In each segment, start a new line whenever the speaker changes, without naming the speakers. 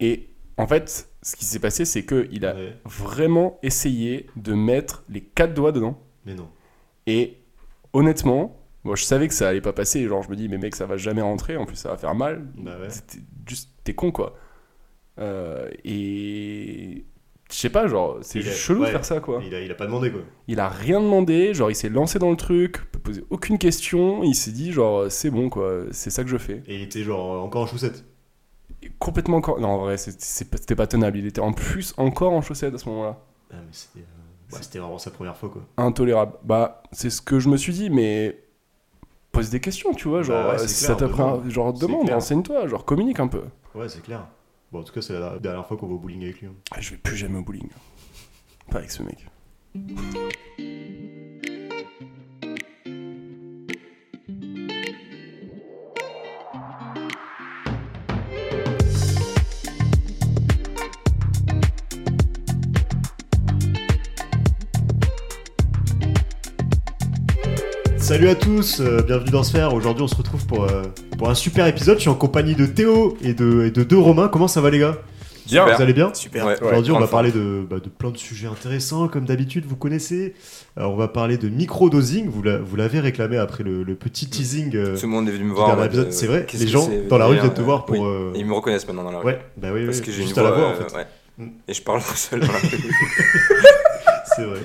Et en fait, ce qui s'est passé, c'est qu'il a
Ouais.
vraiment essayé de mettre les quatre doigts dedans.
Mais non.
Et honnêtement, moi je savais que ça allait pas passer. Genre, je me dis, mais mec, ça va jamais rentrer. En plus, ça va faire mal.
Bah ouais.
C'était juste, t'es con quoi. Euh, et je sais pas, genre, c'est
Il est-
juste chelou de
ouais.
faire ça quoi.
Il a, il a pas demandé quoi.
Il a rien demandé, genre, il s'est lancé dans le truc, peut poser aucune question. Il s'est dit, genre, euh, c'est bon quoi, c'est ça que je fais.
Et il était genre euh, encore en chaussette.
Et complètement encore. Non, en vrai, c'est- c'est pas- c'était pas tenable. Il était en plus encore en chaussettes à ce moment-là.
Ah, mais c'était euh, ouais, c'était vraiment sa première fois quoi.
intolérable. Bah, c'est ce que je me suis dit, mais pose des questions, tu vois, genre
Bah ouais, c'est
si
clair,
ça t'apprend,
demande.
genre
C'est
demande,
clair.
renseigne-toi, genre communique un peu.
Ouais, c'est clair. Bon, en tout cas, c'est la dernière fois qu'on va au bowling avec lui. hein.
Ah, je vais plus jamais au bowling. Pas avec ce mec.
Salut à tous, euh, bienvenue dans Sphère. Aujourd'hui, on se retrouve pour, euh, pour un super épisode. Je suis en compagnie de Théo et de, et de deux Romains. Comment ça va, les gars
Bien.
Vous allez bien
Super.
Aujourd'hui, on va parler de, bah, de plein de sujets intéressants, comme d'habitude, vous connaissez. Alors, on va parler de micro-dosing, vous la- vous l'avez réclamé après le, le petit teasing euh,
Tout le monde est venu me
du
voir. en
dernier
mode,
épisode.
euh,
C'est vrai,
qu'est-ce
les
que
gens
c'est,
dans la rue
d'ailleurs,
viennent te voir
euh,
pour.
oui.
euh,
Ils me reconnaissent maintenant dans la rue.
Ouais, bah oui,
Ah Parce
oui,
que j'ai
juste
une
à
voix,
la voix en
euh,
fait.
ouais.
Mm.
Et je parle seul dans la rue.
C'est vrai.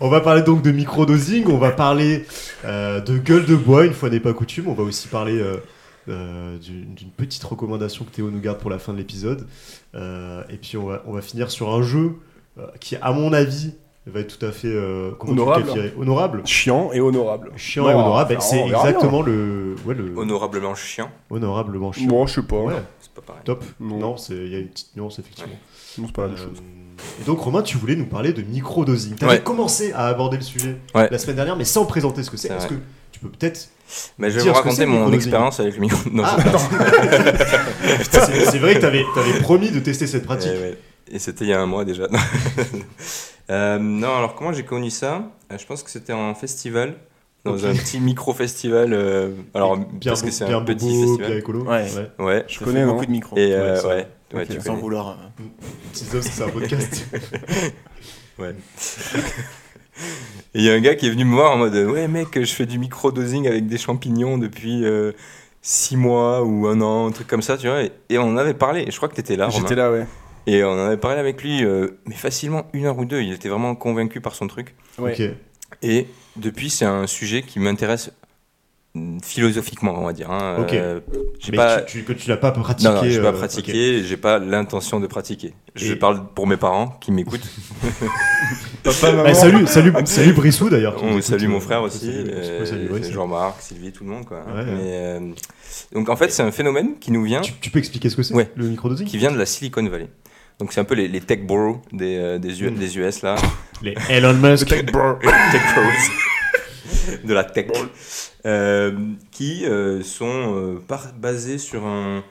On va parler donc de microdosing, on va parler euh, de gueule de bois, une fois n'est pas coutume. On va aussi parler euh, euh, d'une d'une petite recommandation que Théo nous garde pour la fin de l'épisode. Euh, et puis on va, on va finir sur un jeu euh, qui, à mon avis, va être tout à fait euh, comment tu le
Honorable.
qualifierais Honorable.
Chiant et honorable.
Chiant
Non,
et honorable,
enfin,
c'est
on verra
exactement le, ouais, le
Honorablement chiant.
honorablement
bien.
chiant.
Moi, je sais pas.
Ouais,
C'est pas pareil.
top.
Non.
Non, c'est- il y a une petite nuance effectivement.
Non, c'est pas la même
Euh,
chose.
Et donc Romain, tu voulais nous parler de microdosing. Tu avais
Ouais.
commencé à aborder le sujet
Ouais.
la semaine dernière, mais sans présenter ce que c'est.
C'est
Est-ce que tu peux peut-être...
Mais je vais
Dire
vous
ce que c'est,
raconter mon
microdosing.
expérience avec le micro. Non,
Ah,
c'est pas-
Putain, c'est c'est vrai que t'avais avais promis de tester cette pratique.
Eh ouais. Et c'était il y a un mois déjà. Euh, non, alors comment j'ai connu ça Euh, Je pense que c'était en festival, dans
Ok.
un petit micro-festival. euh, alors,
bien
parce que c'est
bien
un petit
bobo,
festival.
bien écolo.
Ouais.
Ouais.
Je
Ça
connais, hein.
fait
non
beaucoup de micros.
Et euh,
Ouais, ça-
ouais, ouais,
ok.
tu
Sans
connais.
vouloir. euh,
Petits os, c'est un podcast.
Et il y a un gars qui est venu me voir en mode euh, Ouais, mec, je fais du micro-dosing avec des champignons depuis 6 mois ou un an, un truc comme ça, tu vois. Et, et on en avait parlé, et je crois que t'étais là, Romain.
J'étais là, ouais.
Et on en avait parlé avec lui, euh, mais facilement une heure ou deux. Il était vraiment convaincu par son truc.
Ouais.
Ok.
Et depuis, c'est un sujet qui m'intéresse mm, philosophiquement, on va dire. hein.
Ok.
Euh, j'ai
Mais
pas.
tu, tu- que tu l'as pas pratiqué.
Non, non, j'ai
euh,
pas
ok.
pratiqué, j'ai pas l'intention de pratiquer. Je
Et-
parle pour mes parents qui m'écoutent.
Papa, maman.
Ouais, salut, salut, salut Brissou d'ailleurs. qui
Ah On
nous
salue
écoute,
mon
euh,
frère
on
aussi,
salue, on
euh,
salue, ouais,
c'est Jean-Marc, Sylvie, tout le monde quoi.
Ouais, ouais.
Mais, euh, donc en fait c'est un phénomène qui nous vient,
Tu, tu peux expliquer ce que c'est
Ouais.
le microdosing
qui vient de la Silicon Valley. Donc c'est un peu les, les tech bros des, euh, des, U-
Mm.
des US là,
Les Elon Musk.
tech bros de la tech, euh, qui euh, sont euh, par- basés sur un,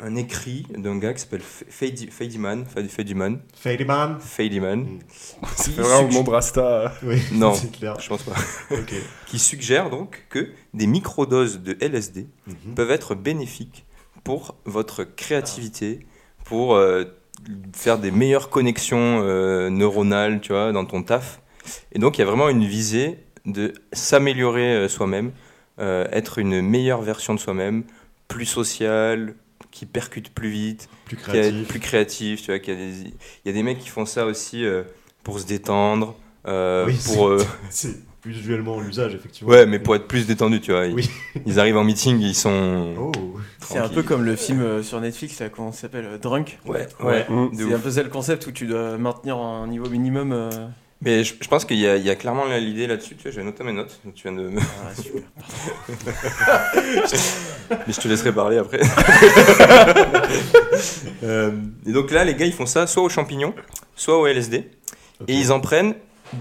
un écrit d'un gars qui s'appelle Fe- Feidi- Feidiman, Fe- Feidiman,
Fairyman.
Feidiman.
Mm.
C'est
qui
vraiment
suggère-
mon brasta.
Oui,
Non.
c'est clair.
Je pense pas.
Ok.
Qui suggère donc que des microdoses de LSD
Mhm.
peuvent être bénéfiques pour votre créativité, pour euh, faire des meilleures connexions euh, neuronales, tu vois, dans ton taf. Et donc, il y a vraiment une visée de s'améliorer euh, soi-même, euh, être une meilleure version de soi-même, plus sociale, qui percute plus vite,
Plus
qui est
créatif.
plus créative, tu vois. qui a des- Il y a des mecs qui font ça aussi euh, pour se détendre, euh,
Oui,
pour... euh,
C'est usuellement l'usage, effectivement.
Ouais, mais pour être plus détendu, tu vois. Ils,
Oui.
ils arrivent en meeting, ils sont...
Oh,
C'est un peu comme le film euh, sur Netflix, là, comment ça s'appelle euh, Drunk.
Ouais, ouais.
Ouais.
Mm.
de
C'est
ouf.
un peu ça le concept où tu dois maintenir un niveau minimum. euh,
Mais je, je pense qu'il y, a- il y a clairement là, l'idée là-dessus. Tu vois, j'avais noté mes notes. Tu viens de me-
ah, super.
Mais je te laisserai parler après. Euh, et donc là, les gars, ils font ça soit aux champignons, soit au LSD.
ok.
Et ils en prennent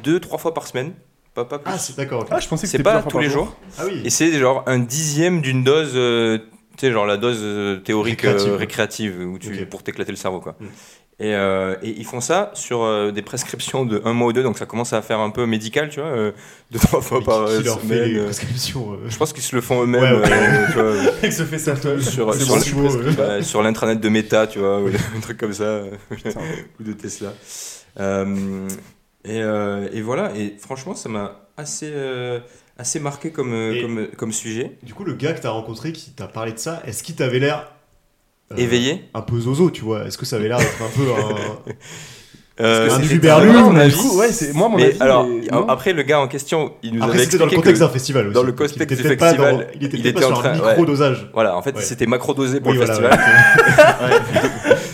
deux, trois fois par semaine. Pas, pas plus.
Ah, c'est d'accord. ok.
Ah, je pensais que
c'est
c'était
pas
plusieurs fois
tous les
par jour.
jours.
Ah oui.
Et c'est genre un dixième d'une dose, euh, tu sais, genre la dose euh, théorique euh,
Récréative.
récréative, où tu,
Ok.
pour t'éclater le cerveau. quoi.
Mm.
Et, euh, et ils font ça sur euh, des prescriptions de un mois ou deux, donc ça commence à faire un peu médical, tu vois, euh, deux, trois fois
Mais qui-
par
qui
euh,
leur
semaine,
fait les
euh.
prescriptions euh,
Je pense qu'ils se le font eux-mêmes.
Ouais, ouais.
euh, tu vois,
Il se fait ça toi.
sur,
C'est
sur
bon,
le-
c'est beau, ouais.
bah, sur l'intranet de Meta, tu vois, ou un truc comme ça, euh, ou de Tesla. Euh, et, euh, et voilà, et franchement, ça m'a assez, euh, assez marqué comme, euh,
Et-
comme, comme sujet.
Du coup, le gars que t'as rencontré qui t'a parlé de ça, est-ce qu'il t'avait l'air euh,
Éveillé.
un peu zozo, tu vois Est-ce que ça avait l'air d'être un peu un.
Euh,
que c'est
c'était
Juberlu,
vraiment
à
mon
mon
avis.
Ouais, c'est moi mon
mais
avis.
alors,
mais
a-
non.
après, le gars en question, il nous
Après,
avait
c'était dans le
expliqué
contexte
que-
d'un festival aussi.
dans le
donc il
contexte
était
du
peut-être pas
festival,
dans- il était
il
peut-être pas
était en
sur un
train- ouais.
micro-dosage.
Voilà, en fait,
Ouais.
c'était macro-dosé pour
Oui,
le
voilà,
festival.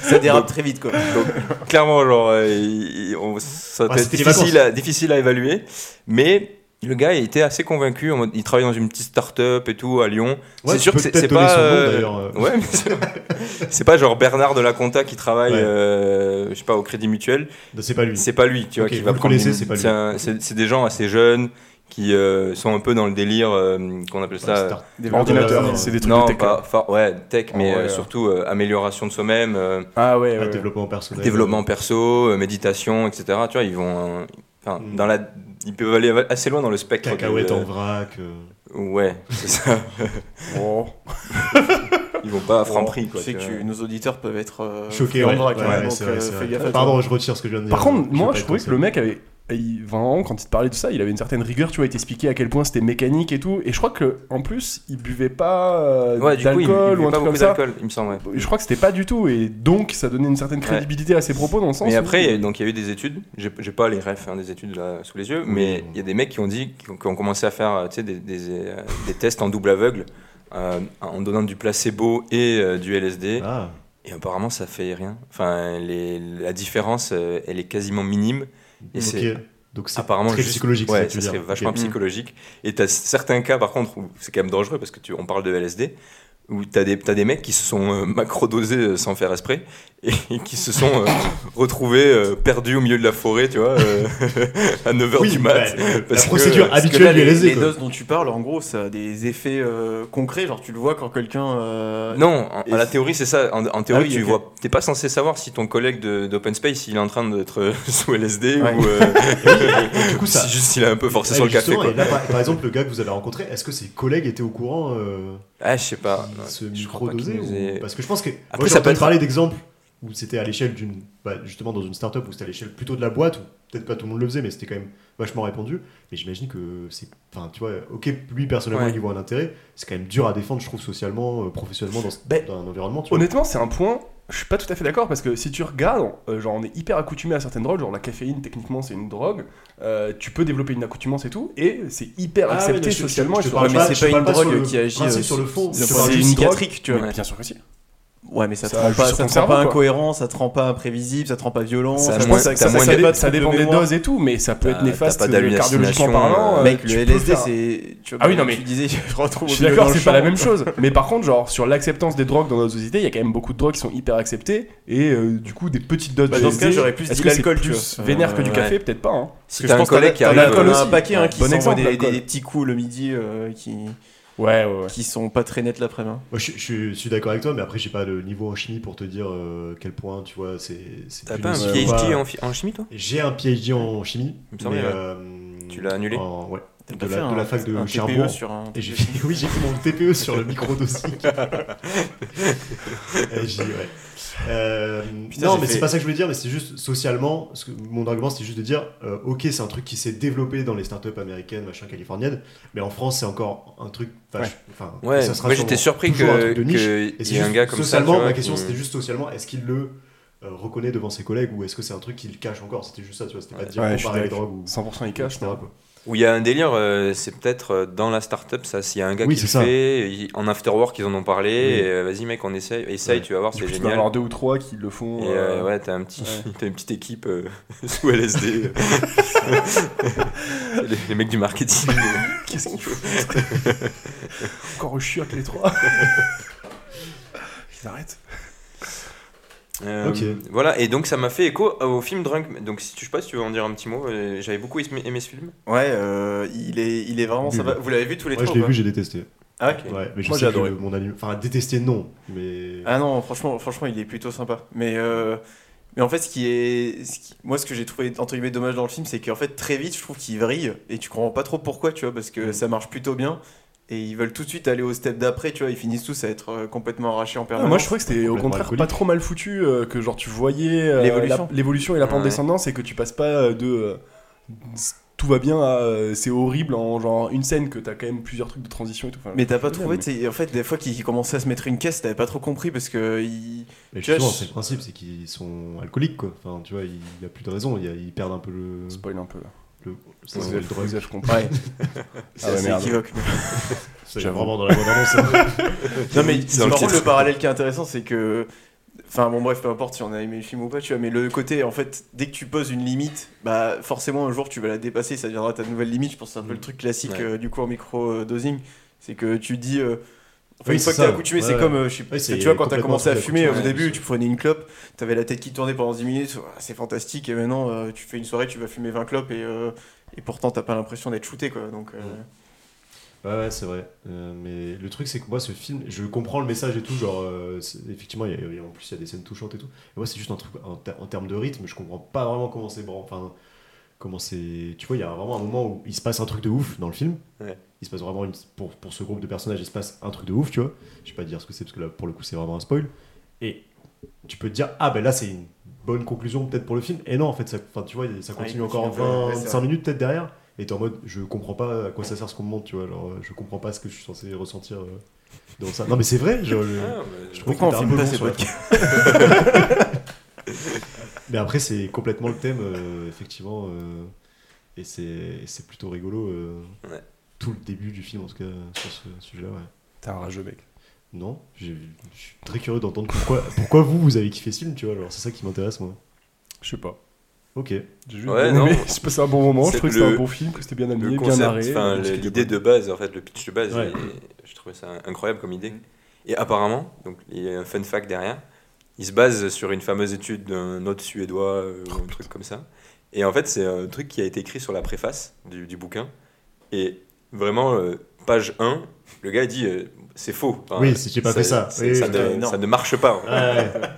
Ça dérape très vite, quoi.
Donc, clairement, genre, euh, il- il- on- ça
Ouais,
doit être
c'était les
difficile, à, difficile à évaluer. Mais le gars il était assez convaincu. en mode- il travaille dans une petite start-up et tout à Lyon.
Ouais,
c'est
tu
sûr
peux
que c'est
peut-être
c'est
donner
pas.
son nom,
euh,
d'ailleurs, euh.
ouais, mais c'est- c'est pas genre Bernard de la Conta qui travaille,
Ouais.
euh, je sais pas, au Crédit Mutuel.
Non, C'est pas lui.
C'est pas lui, tu vois,
Ok,
qui
vous
va
le
prendre.
connaissez,
des-
c'est pas lui.
un- C'est c'est des gens assez jeunes qui euh, sont un peu dans le délire euh, qu'on appelle ça.
Ouais,
euh,
c'est un-
ordinateur,
euh,
c'est des trucs
non,
de tech.
pas, enfin, ouais, tech,
Oh,
mais
Ouais.
euh, surtout euh, amélioration de soi-même. euh,
Ah ouais,
un
ouais, ouais.
développement personnel.
développement perso, euh, méditation, etc. Tu vois, ils vont, euh, enfin,
Mm.
dans la, ils peuvent aller assez loin dans le spectre. du-
Cacahuètes en vrac. euh.
Ouais, c'est ça.
Oh.
Ils vont pas à Franprix, quoi.
Je Oh, sais
tu
que
vois.
nos auditeurs peuvent être euh,
Choqué,
en
ouais,
vrac,
ouais,
hein,
ouais,
donc,
c'est vrai,
euh,
c'est
fais
vrai.
gaffe à toi.
Pardon, je retire ce que je viens de dire.
Par contre,
vais
moi,
pas
je
être
trouvais que
comme
le mec avait. il- vraiment, quand il te parlait de ça, il avait une certaine rigueur, tu vois, il t'expliquait à quel point c'était mécanique et tout. Et je crois que en plus, il buvait pas euh,
Ouais, du coup, ils-
d'alcool ou
ils buvaient
un
pas
truc
beaucoup
comme ça.
d'alcool, il me semble. ouais.
Et Je crois que c'était pas du tout. Et donc, ça donnait une certaine crédibilité à ses propos dans le sens.
Mais
où-
après, il y a eu- donc il y a eu des études. J'ai j'ai pas les refs hein, des études là sous les yeux, mais il y a des mecs qui ont dit, qui ont, qui ont commencé à faire, euh, tu sais, des, des, euh, des tests en double aveugle, euh, en donnant du placebo et euh, du LSD.
Ah,
Et apparemment, ça fait rien. Enfin, les- la différence, euh, elle est quasiment minime. Et
ok.
c'est
Donc c'est
apparemment
très
juste-
psychologique.
ouais,
ça, tu
ça
veux
serait
dire.
vachement
Ok.
Mm.
psychologique. Et t'as certains cas, par contre, où c'est quand même dangereux parce que tu, on parle de LSD, où t'as des, t'as des mecs qui se sont euh, macrodosés euh, sans faire esprit et, qui se sont euh, retrouvés euh, perdus au milieu de la forêt, tu vois, euh, à 9h
Oui,
du mat.
ouais, la
parce que-
procédure
parce
Parce que là,
habituelle du
les, les
LSD. quoi.
doses dont tu parles, en gros, ça a des effets euh, concrets. Genre, tu le vois quand quelqu'un. euh,
Non, en,
Et
à la
c'est-
théorie, c'est ça. En, en théorie,
Ah oui,
tu
ok.
vois, t'es pas censé savoir si ton collègue de- d'Open Space il est en train d'être euh, sous LSD
Ouais.
ou euh,
Du coup, ça.
si juste il a un peu forcé
Ouais,
sur le café.
justement,
Quoi.
et là, par, par exemple, le gars que vous avez rencontré, est-ce que ses collègues étaient au courant euh,
Ah, je sais pas.
qu'il
Non,
se
je crois pas
microdosait
qu'il nous
ou-
ait-
Parce que je pense que.
Après,
moi, j'ai
ça peut
entendu
être-
parler d'exemples où c'était à l'échelle d'une. bah, justement, dans une start-up où c'était à l'échelle plutôt de la boîte, où peut-être pas tout le monde le faisait, mais c'était quand même vachement répandu. Mais j'imagine que c'est. Enfin, tu vois, ok, lui, personnellement,
Ouais.
il y voit un intérêt. C'est quand même dur à défendre, je trouve, socialement, euh, professionnellement, dans, ce-
Ben,
dans un environnement. Tu vois.
Honnêtement, c'est un point. Je suis pas tout à fait d'accord parce que si tu regardes, euh, genre on est hyper accoutumé à certaines drogues, genre la caféine techniquement c'est une drogue, euh, tu peux développer une accoutumance et tout, et c'est hyper
Ah,
accepté
mais je- je-
socialement.
je te
et sur-
parle
Ouais, mais
pas-
c'est
je
pas
te parle
une
sur
drogue
le
qui agit,
principe,
euh,
sur le fond.
c'est
Je te
pas
parle
une
juste drogue.
cicatrique, tu vois.
Bien sûr que si.
Ouais, mais ça,
Ça
te rend
joue
pas,
sur
ça
ton
te rend
cerveau,
pas
quoi.
incohérent, ça te rend pas imprévisible, ça te rend pas violent.
Ça
ça
a
te
Je
rend
pense
moins-
que ça,
t'as
ça-
moins
ça
de
dé-
troubles
ça
de
dépend des
mémoire.
doses et tout, mais ça peut
T'as-
être
t'as
néfaste
pas
euh,
d'hallucination,
cardiologiquement parlant.
euh,
euh,
Mec,
tu
le
peux
LSD,
faire-
c'est. tu vois,
Ah oui,
comme
non, mais-
Tu disais, je retrouve.
Je suis d'accord, c'est pas la même chose. Mais par contre, genre sur l'acceptance des drogues dans notre société, il y a quand même beaucoup de drogues qui sont hyper acceptées et euh, du coup des petites doses
Bah,
de
dans ce cas,
LSD,
j'aurais plus
est-ce
dit
que c'est
l'alcool, tu
plus
vois.
vénère que du
Euh,
café, peut-être pas. hein.
Si t'as un collègue qui
t'en
arrive.
as- t'en as
euh,
un paquet hein,
ouais,
qui
bon
s'envoie
exemple,
des,
l'alcool.
des petits coups le midi euh, qui,
Ouais, ouais, ouais.
qui sont pas très nets l'après-midi.
Moi, je, je- je suis d'accord avec toi, mais après, j'ai pas le niveau en chimie pour te dire euh, quel point, tu vois, c'est. c'est
T'as
plus
pas un
nécessaire ou pas.
PhD en, fi- en chimie, toi
J'ai un PhD en chimie.
Il me semble,
mais,
ouais.
euh,
Tu l'as annulé
en- Ouais.
T'as
De
pas
la,
fait un-
de la fac
un
de
TPE
Cherbourg.
sur un- E.
Et j'ai fait, oui, j'ai fait mon TPE sur le micro dosing. ouais. Euh,
Putain,
non,
j'ai
mais
fait-
c'est pas ça que je voulais dire, mais c'est juste socialement. ce que- mon argument, c'est juste de dire euh, ok, c'est un truc qui s'est développé dans les startups américaines, machin, californiennes, mais en France, c'est encore un truc. enfin,
Ouais.
je- Enfin,
Ouais,
ça sera
moi j'étais
sûrement
surpris
toujours un
que
truc de niche.
que
Et
il
c'est
y ait un
juste
gars comme ça. tu
socialement,
vois,
ma question
qui-
c'était juste socialement, est-ce qu'il le euh, reconnaît devant ses collègues ou est-ce que c'est un truc qu'il cache encore C'était juste ça, tu vois, c'était pas de dire
Ouais, je suis
comparer les
d'accord.
drogues ou
100% il cache,
etc.,
non
quoi.
Où il y a un délire, euh, c'est peut-être euh, dans la startup, ça. S'il y a un gars
Oui,
qui
c'est ça.
le fait, il- en after work, ils en ont parlé.
Oui.
et, euh, Vas-y, mec, on essaye, essaye
Ouais.
tu vas voir,
Du
c'est
coup, tu peux en
génial.
avoir deux ou trois qui le font.
Et
euh,
euh, ouais, t'as un petit,
ouais.
t'as une petite équipe euh, sous LSD. les, les mecs du marketing.
Qu'est-ce qu'il faut Encore au chiottes les trois. Ils arrêtent.
Euh,
Ok.
Voilà, et donc ça m'a fait écho au film Drunk. Donc si tu, je sais pas si tu veux en dire un petit mot, euh, j'avais beaucoup aimé, aimé ce film.
Ouais, euh, il, est, il est vraiment
Nul.
sympa. Vous l'avez vu tous les
Ouais, je
trois
l'ai
ou
vu, j'ai détesté.
pas Ah, ok.
Ouais, mais je
Moi,
sais
j'ai
que
adoré.
mon anime. Enfin, détesté, non. Mais.
Hein, Ah non, franchement, franchement, il est plutôt sympa. Mais euh, Mais en fait, ce qui est, ce qui- moi, ce que j'ai trouvé entre guillemets dommage dans le film, c'est qu'en fait très vite, je trouve qu'ils vrillent et tu comprends pas trop pourquoi, tu vois, parce que
Mm.
ça marche plutôt bien et ils veulent tout de suite aller au step d'après, tu vois. Ils finissent tous à être euh, complètement arrachés en
Ah,
permanence.
moi je trouvais que c'était au
complètement
contraire pas
alcoolique.
trop mal foutu, euh, que genre tu voyais euh,
L'évolution.
la- l'évolution et la pente
Ouais.
descendance et que tu passes pas euh, de euh, tout va bien à euh, c'est horrible en genre une scène que t'as quand même plusieurs trucs de transition et tout. Enfin,
Mais t'as pas
je-
trouvé, tu sais, en fait, des fois qu'ils commençaient à se mettre une caisse, t'avais pas trop compris parce que ils-
Mais
Tu vois,
justement,
je-
c'est le principe, c'est qu'ils sont alcooliques, quoi. Enfin, tu vois, il n'y a plus de raison, il y a- ils perdent un peu le.
euh, Spoil un peu là.
le, ça,
Vous
c'est le
avez-
drogue.
vous avez compris.
c'est
Ah ouais,
assez
merde.
équivoque.
C'est
J'avoue.
vraiment dans la bande annonce. hein.
Non mais
dans
c'est
le
par contre
titre.
le parallèle qui est intéressant c'est que enfin bon bref peu importe si on a aimé le film ou pas tu vois mais le côté en fait dès que tu poses une limite bah forcément un jour tu vas la dépasser ça deviendra ta nouvelle limite je pense que c'est un peu le
Mm.
truc classique
Ouais.
euh, du cours micro euh, dosing c'est que tu dis euh, enfin,
Oui,
une
c'est
fois que t'es
ça.
accoutumé
Ouais,
c'est
ouais.
comme euh, je sais pas,
Ouais,
tu
c'est
vois quand t'as
complètement
commencé à
un truc
fumer euh, au
accoutumé,
début
ouais,
tu prenais une clope t'avais la tête qui tournait pendant 10 minutes Ah, c'est fantastique et maintenant euh, tu fais une soirée tu vas fumer 20 clopes et euh, et pourtant t'as pas l'impression d'être shooté quoi donc euh,
Ouais, ouais, c'est vrai. Euh, mais le truc, c'est que moi, ce film, je comprends le message et tout. Genre, euh, c'est- effectivement, il y a- il y a- en plus, il y a des scènes touchantes et tout. Et moi, c'est juste un truc en, ter- en termes de rythme, je comprends pas vraiment comment c'est. bon, Enfin, comment c'est. Tu vois, il y a vraiment un moment où il se passe un truc de ouf dans le film.
Ouais.
Il se passe vraiment une- pour, pour ce groupe de personnages, il se passe un truc de ouf, tu vois. Je vais pas dire ce que c'est parce que là, pour le coup, c'est vraiment un spoil. Et tu peux te dire, ah ben là, c'est une bonne conclusion peut-être pour le film. Et non, en fait, ça, enfin, tu vois, ça
Ouais, il
continue
continue un
encore
peu, ouais, c'est
25
vrai.
minutes peut-être derrière. Et t'es en mode, je comprends pas à quoi ça sert ce qu'on me montre, tu vois. Genre, euh, je comprends pas ce que je suis censé ressentir euh, dans ça. Non, mais c'est vrai, genre, je-
Ah. bah,
je trouve
Pourquoi
que t'es
on
un
filme
peu
pas
long
ces
sur la fin. Mais après, c'est complètement le thème, euh, effectivement. euh, et c'est et c'est plutôt rigolo. euh,
Ouais.
Tout le début du film, en tout cas, sur ce sujet-là, ouais.
T'es un rageux mec.
Non, j'ai- je suis très curieux d'entendre pourquoi, pourquoi vous, vous avez kiffé ce film, tu vois. Alors, c'est ça qui m'intéresse, moi.
Je sais pas.
Ok.
J'ai juste
Ouais,
bien aimé.
non.
Je passais un bon moment, je
C'est
trouvais que
le-
c'était un bon film, que c'était bien
le
amené, bien
concept,
narré.
enfin,
euh,
le-
c'était
l'idée
cool.
de base, en fait, le pitch de base,
Ouais.
et je trouvais ça incroyable comme idée. Et apparemment, donc il y a un fun fact derrière, il se base sur une fameuse étude d'un autre suédois euh, ou un truc comme ça. Et en fait, c'est un truc qui a été écrit sur la préface du, du bouquin. Et vraiment, euh, page 1, le gars il dit euh, c'est faux. Enfin,
Oui, si j'ai pas fait ça.
c'est-
Oui,
ça,
oui,
oui.
ne, ça ne marche pas. en fait.
Ouais.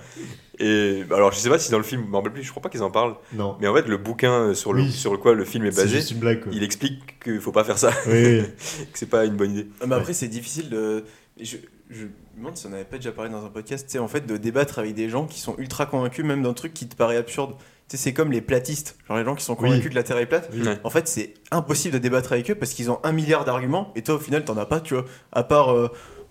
Et bah, alors, je sais pas si dans le film, je me rappelle plus, je crois pas qu'ils en parlent.
non.
Mais en fait, le bouquin euh, sur, le,
Oui.
sur le quoi le film est
C'est
basé,
juste une blague, quoi.
il explique qu'il faut pas faire ça,
Oui, oui.
que c'est pas une bonne idée.
Ah, Mais après, c'est difficile de. Je, je me demande si on n'avait pas déjà parlé dans un podcast, tu sais, en fait, de débattre avec des gens qui sont ultra convaincus, même d'un truc qui te paraît absurde. Tu sais, c'est comme les platistes, genre les gens qui sont convaincus
Oui.
que la Terre est plate.
Oui.
Ouais.
En fait, c'est impossible de débattre avec eux parce qu'ils ont un milliard d'arguments et toi, au final, t'en as pas, tu vois. À part. euh,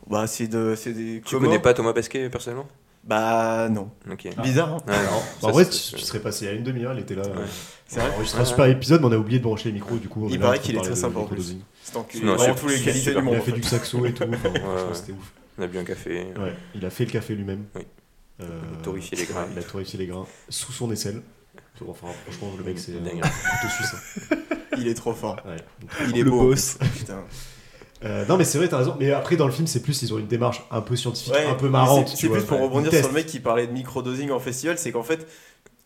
bah, c'est de, c'est des.
Tu
Comores.
connais pas Thomas Pesquet personnellement
Bah, non.
Ok.
Bizarre, hein
Ouais, non,
Bah, en
ça,
vrai,
c'est-
tu, tu serais passé à une demi-heure, il était là. euh,
C'est vrai.
On enregistre un super épisode, mais on a oublié de brancher les micros, du coup. on
Il
est là
paraît
en train
qu'il
de
est
parler
très
de
sympa, en
micro
plus.
dosing.
C'est enculé.
Non,
Vraiment
c'est-
tous les
c'est
qualités
super.
du
Il
monde.
a
en
fait
fait.
du saxo et tout. enfin, franchement,
ouais.
C'était ouf.
On a bu un café,
Ouais, il a fait le café lui-même.
Oui.
Euh,
Il a torréfié les grains.
Il a torréfié les grains sous son aisselle. Enfin, franchement, le
Mm,
mec, c'est euh,
Dingue.
couteau suisse. hein.
Il est trop fort.
Ouais, donc,
Il est
Le
beau.
boss.
Putain.
Euh, non mais c'est vrai t'as raison mais après dans le film c'est plus ils ont une démarche un peu scientifique
Ouais,
un peu
mais
marrante
c'est-
tu
C'est
vois,
plus pour
enfin,
rebondir
ils
sur le mec qui parlait de microdosing en festival, c'est qu'en fait,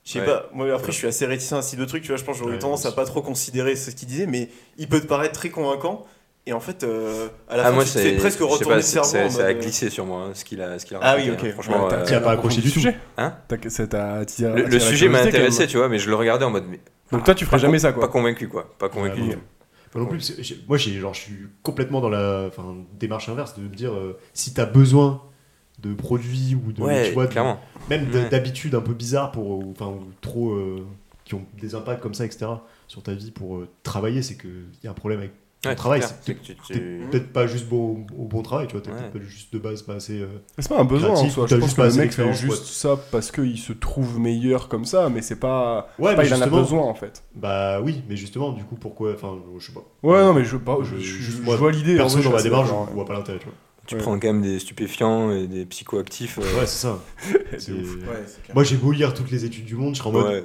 je sais
Ouais.
pas, moi après
Ouais.
je suis assez réticent à ce type de truc, tu vois, je pense que j'aurais
Ouais,
tendance
moi
à
aussi.
pas trop considérer ce qu'il disait, mais il peut te paraître très convaincant, et en fait, euh, à la
Ah,
fin,
moi,
tu te
c'est.
fais presque
je sais
retourner
pas,
le cerveau.
c'est-
en
Ça a
mode, euh,
glissé sur moi, hein, ce qu'il a, ce qu'il a
Ah oui,
raconté,
ok.
hein. Franchement,
Ouais,
euh,
t'as- t'as pas accroché du tout.
sujet.
Hein
T'as- c'est- t'as attiré-
le, le
attiré la
sujet m'a
curiosité, quand même.
intéressé, tu vois, mais je le regardais en mode. Mais
Donc toi, tu ferais
Par
jamais
contre,
ça
Pas
quoi.
convaincu, quoi. Pas convaincu.
Ouais, Moi non plus, parce que j'ai- moi j'ai genre je suis complètement dans la enfin, démarche inverse de me dire euh, si t'as besoin de produits ou de
ouais,
tu vois, de-
clairement.
même de-
Ouais.
d'habitudes un peu bizarres pour ou, enfin ou trop euh, qui ont des impacts comme ça etc sur ta vie pour euh, travailler c'est que il y a un problème avec ton
Ouais,
travail
clair.
c'est
que tu-
t'es
tu-
peut-être pas juste bon au bon travail tu vois t'es
Ouais.
peut-être pas juste de base pas assez euh,
C'est pas un besoin en
Créatif,
soi.
t'as
Je pense
juste
que
pas
le
assez
mec fait
d'expérience,
juste ça parce qu'il se trouve meilleur comme ça, mais c'est pas.
ouais
pas
mais
il en a
justement
besoin en fait.
bah oui mais justement du coup pourquoi enfin je sais pas
Ouais, non, mais je, pas, je,
Je-
je-
juste
je
moi,
vois l'idée. en
personne
vrai, je
dans ma
suis
démarche
d'accord,
je
ouais. hein.
vois pas l'intérêt tu vois
Tu
Ouais.
prends quand même des stupéfiants et des psychoactifs. euh,
ouais c'est ça C'est-
ouais, c'est clair.
moi j'ai beau lire toutes les études du monde je serais en mode
ouais.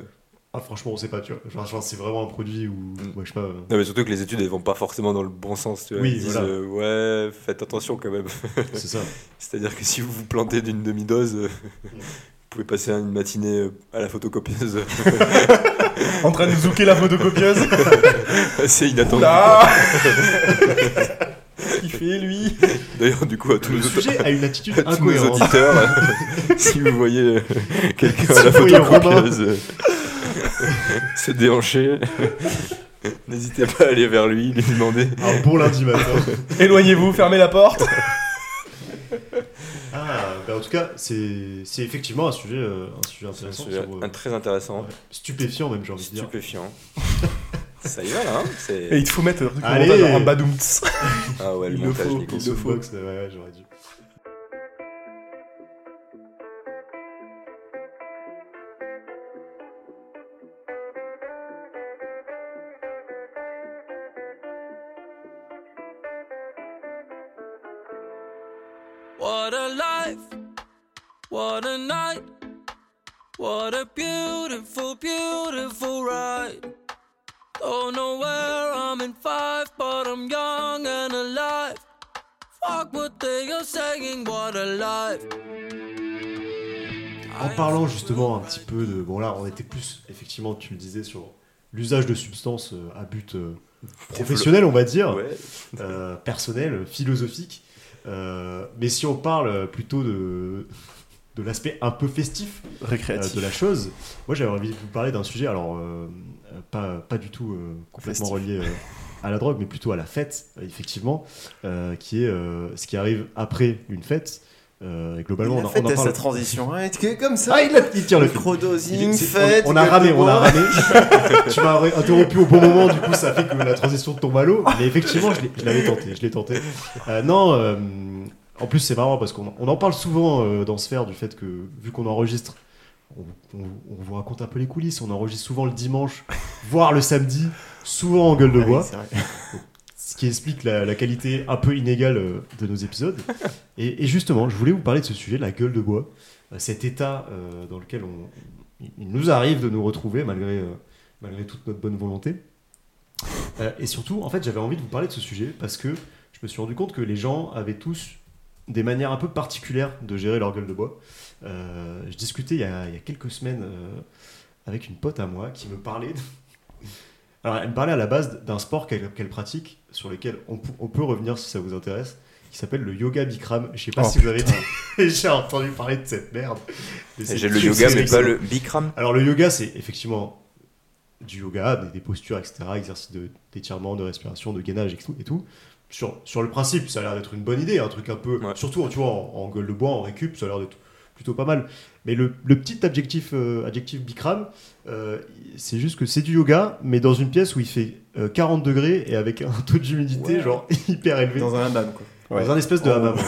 Ah, franchement, on sait pas, tu vois. Genre, genre, c'est vraiment un produit ou.
Mm.
Ouais, je sais pas. euh,
Non, mais surtout que les études, elles vont pas forcément dans le bon sens. Tu vois.
Oui,
Ils disent
voilà.
euh, Ouais, faites attention quand même.
C'est ça.
C'est-à-dire que si vous vous plantez d'une demi-dose, euh, vous pouvez passer une matinée euh, à la photocopieuse euh,
En train de zouker la photocopieuse.
assez inattendue.
Oula Il fait fait, lui
D'ailleurs, du coup, à tous
Le
nos,
sujet a une attitude
à tous nos
incohérente.
auditeurs, euh, si vous voyez euh, quelqu'un à
Si
la
vous voyez
photocopieuse euh, se déhancher, n'hésitez pas à aller vers lui, lui demander.
Un bon lundi matin.
Éloignez-vous, fermez la porte
Ah, bah en tout cas, c'est c'est effectivement un sujet, euh, un sujet
C'est un
intéressant.
sujet
sur, euh,
un- très intéressant,
ouais, stupéfiant même, j'ai envie de dire.
stupéfiant. Ça y va là, hein
Et
c'est...
il te faut mettre un truc en
Allez.
montage, genre un badoumts.
Ah ouais, le
il le
montage,
faut,
Nico.
il le faut.
Softbox, ouais, ouais, j'aurais dû.
What a life, what a night, what a beautiful, beautiful ride. Don't know where I'm in five, but I'm young and alive. Fuck what they are saying, what a life.
Ah
En parlant justement un petit peu de. Bon, là, on était plus, effectivement, tu le disais, sur l'usage de substances euh, à but euh, professionnel, on va dire,
Ouais.
euh, personnel, philosophique. Euh, mais si on parle plutôt de, de l'aspect un peu festif euh,
Récréatif.
de la chose, moi j'avais envie de vous parler d'un sujet, alors euh, euh, pas, pas du tout euh, complètement
Festif.
relié euh, à la drogue, mais plutôt à la fête, euh, effectivement, euh, qui est euh, ce qui arrive après une fête. Euh, et globalement,
il
on
a
en-
fait
on en
à
parle.
sa transition. Ouais, t'es comme ça.
Ah, il, a, il tire le fil. Il
Microdosing,
est- c'est-
fête.
on, on a
gueule
ramé,
de
on a
bois.
ramé. tu m'as ré- interrompu au bon moment, du coup, ça fait que la transition tombe à l'eau. Mais effectivement, je l'ai- je l'avais tenté, je l'ai tenté. Euh, non, euh, en plus, c'est marrant parce qu'on on en parle souvent euh, dans Sphère du fait que, vu qu'on enregistre, on, on- on vous raconte un peu les coulisses. On enregistre souvent le dimanche, voire le samedi, souvent en gueule de
Ah oui,
bois
c'est vrai.
ce qui explique la, la qualité un peu inégale euh, de nos épisodes. Et, et justement, je voulais vous parler de ce sujet, la gueule de bois, Euh, cet état euh, dans lequel on, il nous arrive de nous retrouver malgré, euh, malgré toute notre bonne volonté. Euh, et surtout, en fait, j'avais envie de vous parler de ce sujet parce que je me suis rendu compte que les gens avaient tous des manières un peu particulières de gérer leur gueule de bois. Euh, je discutais il y a, il y a quelques semaines euh, avec une pote à moi qui me parlait. de- Alors, elle me parlait à la base d'un sport qu'elle qu'elle pratique, sur lequel on, pou- on peut revenir si ça vous intéresse, qui s'appelle le yoga bikram. Je sais pas
Oh,
si vous avez déjà entendu parler de cette merde. Mais c'est-
J'ai le
c'est-
yoga,
c'est
mais pas
excellent.
le bikram.
Alors le yoga, c'est effectivement du yoga, des, des postures, etc., exercices de- d'étirement, de, respiration, de gainage et tout. Et tout. Sur, sur le principe, ça a l'air d'être une bonne idée, un truc un peu...
Ouais.
Surtout, tu vois, en, en gueule de bois, en récup, ça a l'air d'être plutôt pas mal. Mais le, le petit adjectif, euh, adjectif Bikram, euh, c'est juste que c'est du yoga, mais dans une pièce où il fait euh, 40 degrés et avec un taux d'humidité,
Ouais.
genre, hyper élevé
Dans un hammam, quoi.
Ouais.
dans un espèce de
Oh.
hammam. ouais.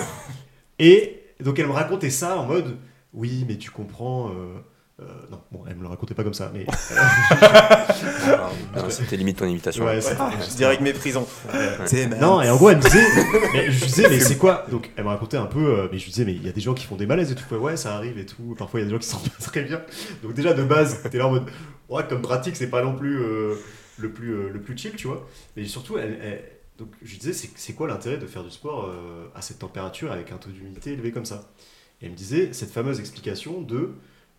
Et donc elle me racontait ça en mode oui mais tu comprends. euh, euh, non bon elle me le racontait pas comme ça mais
Ah, non, C'était limite ton imitation.
Ouais, c'est-
Ah, Je dirais que méprisant. C'est mal.
non et en gros elle me disait mais je lui disais mais c'est quoi donc elle me racontait un peu euh, mais je lui disais mais il y a des gens qui font des malaises et tout ouais, ouais ça arrive et tout parfois il y a des gens qui s'en passent très bien donc déjà de base t'es là en mode ouais comme pratique c'est pas non plus euh, le plus euh, le plus chill tu vois mais surtout elle, elle- donc je lui disais c'est c'est quoi l'intérêt de faire du sport euh, à cette température avec un taux d'humidité élevé comme ça Et elle me disait cette fameuse explication de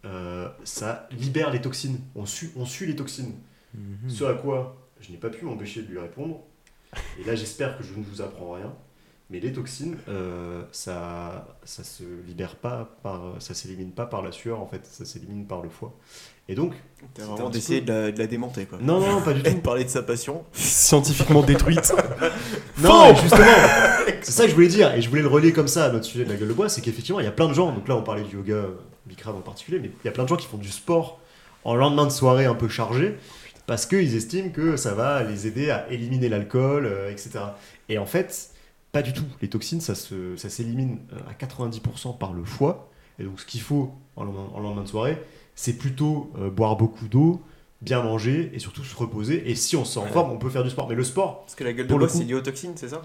euh, ça libère les toxines. On sue, on sue les toxines. Ce à quoi je n'ai pas pu m'empêcher de lui répondre. Et là, j'espère que je ne vous apprends rien. Mais les toxines, euh, ça, ça se libère pas par, ça s'élimine pas par la sueur en fait, ça s'élimine par le foie. Et donc,
T'as
C'était
vraiment
un
d'essayer
petit
de, la- de la démonter, quoi.
non, non, non, pas du
Elle
tout.
parlait de sa passion.
Scientifiquement détruite.
Non, mais justement, c'est ça que je voulais dire, et je voulais le relier comme ça à notre sujet de la gueule de bois, c'est qu'effectivement, il y a plein de gens, donc là on parlait du yoga, euh, Bikram en particulier, mais il y a plein de gens qui font du sport en lendemain de soirée un peu chargé, parce qu'ils estiment que ça va les aider à éliminer l'alcool, euh, etc. Et en fait, pas du tout. Les toxines, ça se- ça s'élimine euh, à 90% par le foie, et donc ce qu'il faut en lendemain, en lendemain de soirée, c'est plutôt euh, boire beaucoup d'eau, bien manger, et surtout se reposer, et si on s'en
Ouais.
forme, on peut faire du sport. Mais le sport...
Parce que la gueule de
Pour le
bois,
coup.
c'est lié aux toxines, c'est ça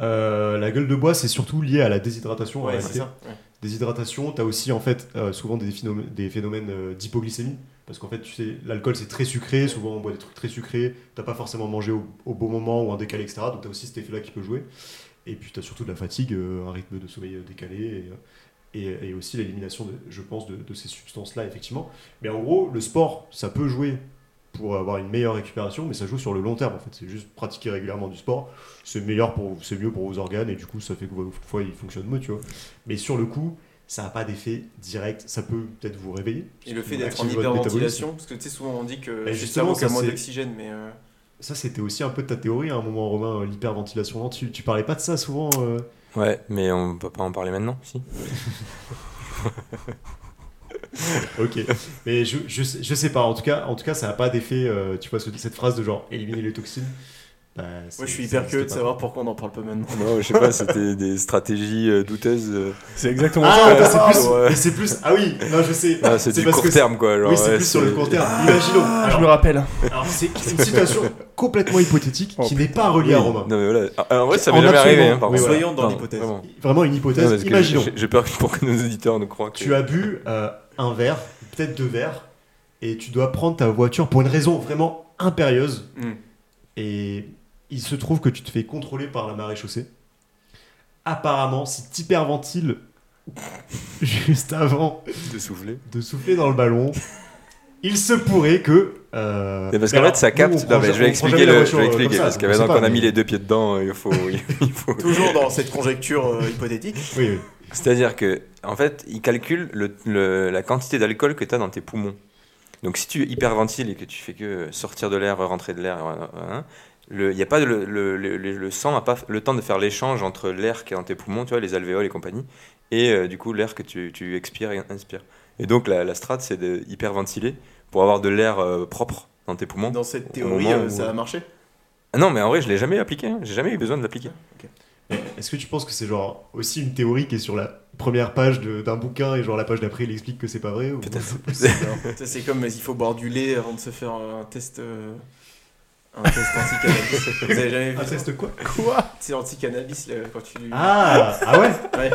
Euh, la gueule de bois, c'est surtout lié à la déshydratation. en
c'est
réalité.
ça. Ouais.
Déshydratation, t'as aussi en fait euh, souvent des phénomènes, des phénomènes euh, d'hypoglycémie. Parce qu'en fait, tu sais, l'alcool c'est très sucré, souvent on boit des trucs très sucrés, t'as pas forcément mangé au, au bon moment ou un décalé, etc. Donc t'as aussi cet effet-là qui peut jouer. Et puis t'as surtout de la fatigue, euh, un rythme de sommeil euh, décalé, et, euh, et- et aussi l'élimination, de- je pense, de, de ces substances-là, effectivement. Mais en gros, le sport, ça peut jouer pour avoir une meilleure récupération, mais ça joue sur le long terme en fait. C'est juste pratiquer régulièrement du sport, c'est meilleur pour c'est mieux pour vos organes et du coup ça fait que votre foie il fonctionne mieux, tu vois. Mais sur le coup, ça n'a pas d'effet direct. Ça peut peut-être vous réveiller.
Et le fait
Vous
d'être en
activez votre métabolisme.
hyperventilation, parce que tu sais, souvent on dit Bah, que
Et
c'est le
justement,
cerveau qui a
ça,
moins
c'est-
d'oxygène, mais. euh,
Ça c'était aussi un peu ta théorie à un moment Romain, euh, l'hyperventilation lente. Tu, tu parlais pas de ça souvent. euh,
Ouais, mais on peut pas en parler maintenant, si.
Ok, mais je, je, sais- je sais pas. En tout cas, en tout cas, ça n'a pas d'effet. euh, tu vois ce- cette phrase de genre éliminer les toxines. Bah, c'est-
Moi, je suis
ça
hyper
existe
curieux de
pas.
savoir pourquoi on n'en parle pas maintenant.
Non, je sais pas, c'était des stratégies euh, douteuses. euh.
C'est exactement
Ah,
ça.
bah, c'est plus,
ouais.
mais c'est plus. Ah oui, non, je sais.
Ah, c'est du
parce
court
que
terme, quoi. genre,
Oui, c'est
ouais,
plus sur le
c'est-
court terme. Imaginons.
Ah, je me
Alors,
rappelle.
alors, c'est c'est une situation complètement hypothétique
Oh,
qui n'est pas reliée à
Oui,
Romain.
Non, mais voilà. Ah, En vrai, ça
En
m'est jamais
absolument.
arrivé. Hein, par
Oui,
contre.
Soyons dans
Non,
l'hypothèse.
vraiment. Non,
Vraiment une hypothèse.
parce que
Imaginons.
j'ai- J'ai peur que- pour que nos auditeurs ne croient que.
Tu as bu euh, un verre, peut-être deux verres, et tu dois prendre ta voiture pour une raison vraiment impérieuse.
Hmm.
Mm.
Et il se trouve que tu te fais contrôler par la marée chaussée. Apparemment, si tu hyperventiles juste avant
de souffler.
de souffler dans le ballon, il se pourrait que. euh,
Mais parce qu'en
alors,
fait, ça
nous,
capte.
on
Non,
prend-
mais je
on prend
vais expliquer.
jamais la
Le, je
voiture,
vais
euh, comme
expliquer.
ça,
parce que
on sait
maintenant
pas,
qu'on a
mais-
mis les deux pieds dedans, il faut. Il faut...
Toujours dans cette conjecture euh, hypothétique.
Oui, oui.
C'est-à-dire que, en fait, ils calculent le- le- la quantité d'alcool que tu as dans tes poumons. Donc, si tu hyperventiles et que tu fais que sortir de l'air, rentrer de l'air, hein, hein, le, y a pas de- le, le- le- le- le sang n'a pas le temps de faire l'échange entre l'air qui est dans tes poumons, tu vois, les alvéoles et compagnie, et euh, du coup l'air que tu, tu expires et inspires. Et donc la, la strat, c'est de hyperventiler pour avoir de l'air euh, propre dans tes poumons.
Dans cette
Au
théorie,
moment
euh,
où-
ça a marché.
Ah non, mais en vrai, je l'ai jamais appliqué. hein. J'ai jamais eu besoin de l'appliquer.
Est-ce que tu penses que c'est genre aussi une théorie qui est sur la première page de- d'un bouquin et genre la page d'après il explique que c'est pas vrai ou-
Peut-être.
C'est bizarre.
Ça, c'est comme, mais il faut boire du lait avant de se faire euh, un test. euh, Un test anti-cannabis. Vous avez jamais vu
Un
ça
test Ah, quoi
C'est anti-cannabis là, quand tu.
Ah, ah ouais
Ouais.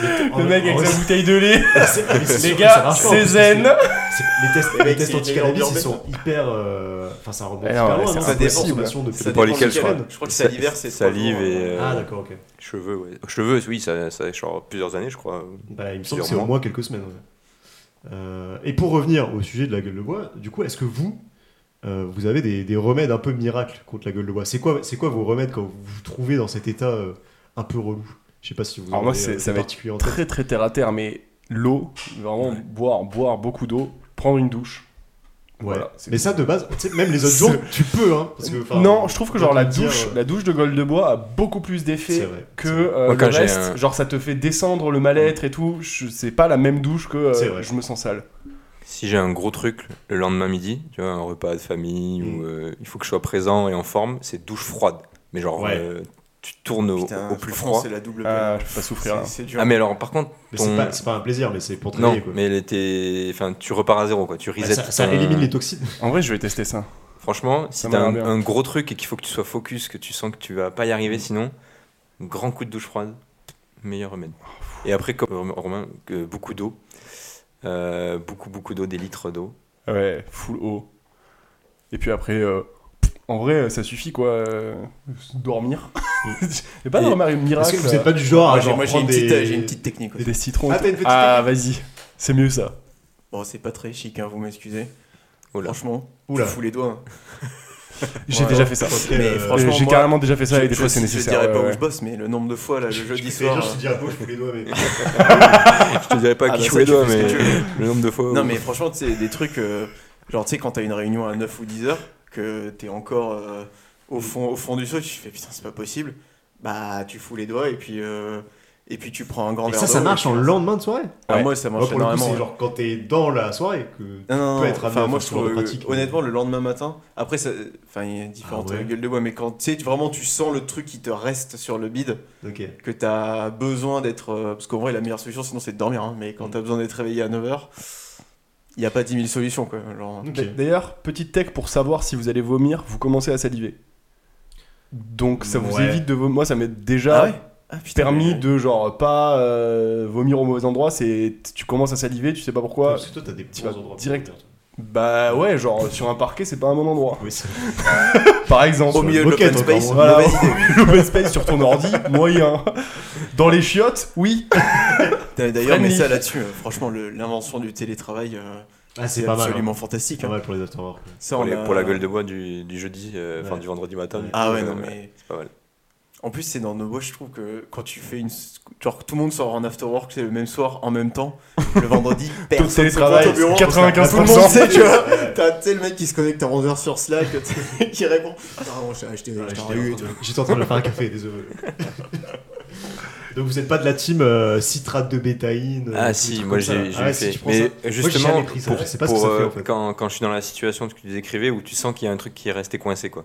Le mec avec sa bouteille de lait.
Les
Les gars, Oh, c'est zen.
Les tests,
Les
les
mecs,
tests
c'est
anti-cannabis,
des
ils sont hyper. euh, Enfin, ça remonte
Alors,
hyper
ouais,
loin.
c'est
non, c'est
impossible.
consommation depuis
Ça
des
Pour
années.
dépend
lesquels,
duquel.
je crois.
Je crois que
Sa-
salivaire, c'est trois
Salive
jours,
et.
hein.
euh,
Ah, d'accord, ok.
Cheveux, ouais. Cheveux, oui, ça, ça est genre plusieurs années, je crois.
Bah, il me semble
Plusieurs
que c'est au
mois.
moins quelques semaines. ouais. Euh, et pour revenir au sujet de la gueule de bois, du coup, est-ce que vous, euh, vous avez des, des remèdes un peu miracles contre la gueule de bois C'est quoi, c'est quoi vos remèdes quand vous vous trouvez dans cet état euh, un peu relou Je sais pas si vous en
Alors moi,
avez,
c'est-
euh,
ça
des
va être
particuliers en tête.
Très très terre à terre, mais l'eau, vraiment boire, boire beaucoup d'eau, prendre une douche.
Ouais.
Voilà, c'est
Mais
tout.
ça, de base, tu sais, même les autres jours, tu peux, hein. parce que, enfin,
non, je trouve que
on peut
genre la
te le dire,
douche,
euh,
la douche de gold de bois a beaucoup plus
c'est
d'effet
vrai.
que
c'est vrai.
euh,
Moi,
le
quand j'ai
reste.
un-
Genre ça te fait descendre le mal-être et tout. Je- C'est pas la même douche que euh,
C'est vrai.
je me sens sale.
Si j'ai un gros truc le lendemain midi, tu vois, un repas de famille
Mm.
où euh, il faut que je sois présent et en forme, c'est douche froide. Mais genre,
Ouais.
euh, tu tournes au,
Putain,
au plus
franchement,
froid.
C'est la double
Ah,
peine.
je vais pas souffrir.
C'est
hein.
c'est dur.
Ah, mais alors, par contre,
Mais
ton-
c'est pas, c'est pas un plaisir, mais c'est pour
non,
travailler quoi.
mais t'es- enfin, tu repars à zéro, quoi. Tu
Bah,
resets.
ça, ça
ton-
élimine les toxines.
En vrai, je vais tester ça.
Franchement, si
Ça
t'as
m'a
un,
l'air bien.
un gros truc et qu'il faut que tu sois focus, que tu sens que tu vas pas y
Mm.
arriver sinon, grand coup de douche froide, meilleur remède.
Oh,
Et après, comme Romain, que beaucoup d'eau. Euh, beaucoup, beaucoup d'eau, des litres d'eau.
Ouais, full eau. Et puis après, euh, en vrai, ça suffit quoi. euh, dormir. Et pas
Et-
dans le
Est-ce
miracle.
que vous êtes pas du genre à
Moi, j'ai-
genre
moi, j'ai une,
prendre
petite,
des...
euh, j'ai une petite technique. ouais.
Des citrons.
Ah, t'as une petite
Ah, vas-y. C'est mieux ça.
Bon, c'est pas très chic, hein, vous m'excusez.
Oh là.
Franchement,
Oula.
je fous les doigts. hein.
J'ai
Ouais.
déjà fait ça.
Ok,
Mais
euh,
franchement,
J'ai
moi,
carrément déjà fait ça
Je-
et des
je-
fois c'est
je-
nécessaire.
Je
ouais,
dirais pas
ouais. euh,
où je bosse, mais le nombre de fois, là, le
je-
jeudi
je-
soir.
Je te dis à gauche, je les doigts, mais.
Je te dirais pas
Ah,
qui
bah,
joue
ça,
les
tu
doigts,
fais ce que
mais
tu veux.
le nombre de fois. où-
euh, Non, mais franchement, tu sais, des trucs. euh, genre, tu sais, quand t'as une réunion à 9 ou 10 heures, que t'es encore euh, au, fond, au fond du saut, tu fais putain, c'est pas possible. Bah, tu fous les doigts et puis. euh, et puis tu prends un grand
Et
verre
ça, ça
d'eau,
marche
et
en
puis-
lendemain de soirée
Ah,
Ouais.
Moi, ça
Moi,
marche
pour le coup,
énormément.
c'est
ouais.
genre quand t'es dans la soirée que.
Non, non,
peut
non,
être amené
enfin,
à
moi je
faire ce genre
trouve
de
euh,
pratique, mais-
honnêtement le lendemain matin après ça enfin il y a différentes
Ah ouais.
euh, gueules de bois mais quand tu sais vraiment tu sens le truc qui te reste sur le bide
Ok.
que tu as besoin d'être. euh, parce qu'en vrai, la meilleure solution, sinon, c'est de dormir. hein, mais quand tu as besoin d'être réveillé à 9h, il n'y a pas 10 000 solutions. Quoi, genre.
Ok.
D- D'ailleurs, petite tech pour savoir si vous allez vomir, vous commencez à saliver. Donc ça vous
Ouais.
évite de vomir. Moi ça m'est déjà
Ah ouais Ah, putain,
permis
mais-
de genre pas euh, vomir au mauvais endroit. C'est tu commences à saliver, tu sais pas pourquoi.
Parce que toi, t'as des
Tu
bons
vas
endroits.
direct.
pour dormir, toi.
Bah ouais, genre sur un parquet, c'est pas un bon endroit.
Oui, c'est
Par exemple.
Au milieu de
Moquette,
l'open
encore moins.
space,
Voilà,
mauvaise idée.
l'open space sur ton ordi, moyen. Dans les chiottes, oui.
D'a- D'ailleurs, mais
Friendly.
ça là-dessus, euh, franchement, le- l'invention du télétravail, euh,
Ah, c'est
c'est
pas mal.
absolument
hein. C'est
fantastique.
pas
hein.
mal pour les after
Ça,
Pour,
on
les-
a-
pour la gueule de bois du, du jeudi, euh, enfin
Ouais.
du vendredi matin. du
Ah
coup,
ouais, non,
euh,
mais.
C'est pas mal.
En plus, c'est dans nos boîtes, je trouve que quand tu fais une. Genre, tout le monde sort en after work, c'est le même soir, en même temps, le vendredi,
Taux
personne
de
se pointe au
télétravail,
bureau. Tout le
95%.
monde sait, tu vois. T'as tu sais, le mec qui se connecte à 11h sur Slack, tu sais, qui répond Pardon, j'ai acheté, j'ai acheté un rue et tout.
J'étais en train de faire Ah, un café, désolé. Donc vous êtes pas de la team euh, citrate de bétaïne euh,
Ah
des
si,
trucs
moi
comme ça, là.
j'ai j'ai
Ah ouais, si,
fait.
tu prends ça.
mais
Moi, j'ai
justement,
jamais pris ça,
pour,
je sais pas ce que
pour,
ça fait,
euh,
en fait.
quand, quand je suis dans la situation que tu décrivais où tu sens qu'il y a un truc qui est resté coincé quoi.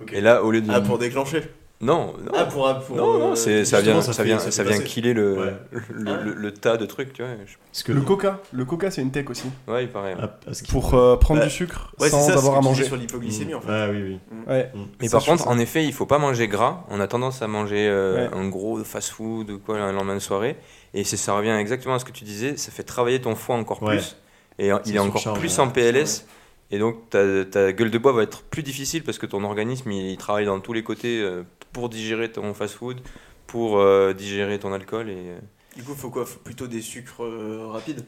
Ok.
Et là, au lieu de
Ah, pour déclencher
non, non,
Ah, pour. pour
non, non,
euh,
c'est ça vient,
justement, ça
ça,
fait-
vient,
ça fait
ça vient
passer.
killer le,
Ouais. Ah.
le, le- le tas de trucs, tu vois. je-
Parce que
Le coca, le coca c'est une tech aussi.
Ouais, il paraît. hein. ouais.
Ah, parce qu'il-
Pour euh, prendre
Bah,
du sucre
Ouais, c'est
sans
ça,
avoir à
ce que tu dis
manger.
sur Mm. l'hypoglycémie, en fait.
Ah oui, oui.
Ouais.
Mais
Ça,
par
je trouve
contre,
ça-
en effet, il faut pas manger gras. On a tendance à manger euh,
Ouais.
un gros fast-food ou quoi le lendemain de soirée. Et c'est- ça revient exactement à ce que tu disais. Ça fait travailler ton foie encore
Ouais.
plus. Et en-
Ça
il est encore
surcharge,
plus
ouais.
en PLS. Et donc ta, ta gueule de bois va être plus difficile parce que ton organisme il, il travaille dans tous les côtés euh, pour digérer ton fast-food, pour euh, digérer ton alcool et, euh,
Du coup, faut quoi Faut plutôt des sucres euh, rapides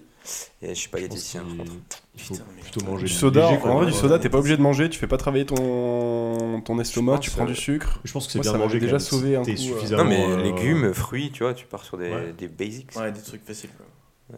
et je suis pas
Je pense
diététicien.
qu'il-
par contre.
il faut
Putain, mais-
plutôt manger
Du soda,
léger, quoi.
en vrai, du
Ouais,
soda,
ouais.
t'es pas obligé de manger, tu fais pas travailler ton, ton estomac,
pense,
tu prends
euh,
du sucre.
Je pense que c'est
Moi,
bien
ça
manger
m'avait déjà
quand même,
sauvé
si
un
t'es
coup, euh.
suffisamment,
Non mais
euh,
légumes, fruits, tu vois, tu pars sur des,
Ouais.
des basics.
Ouais, des trucs faciles, quoi.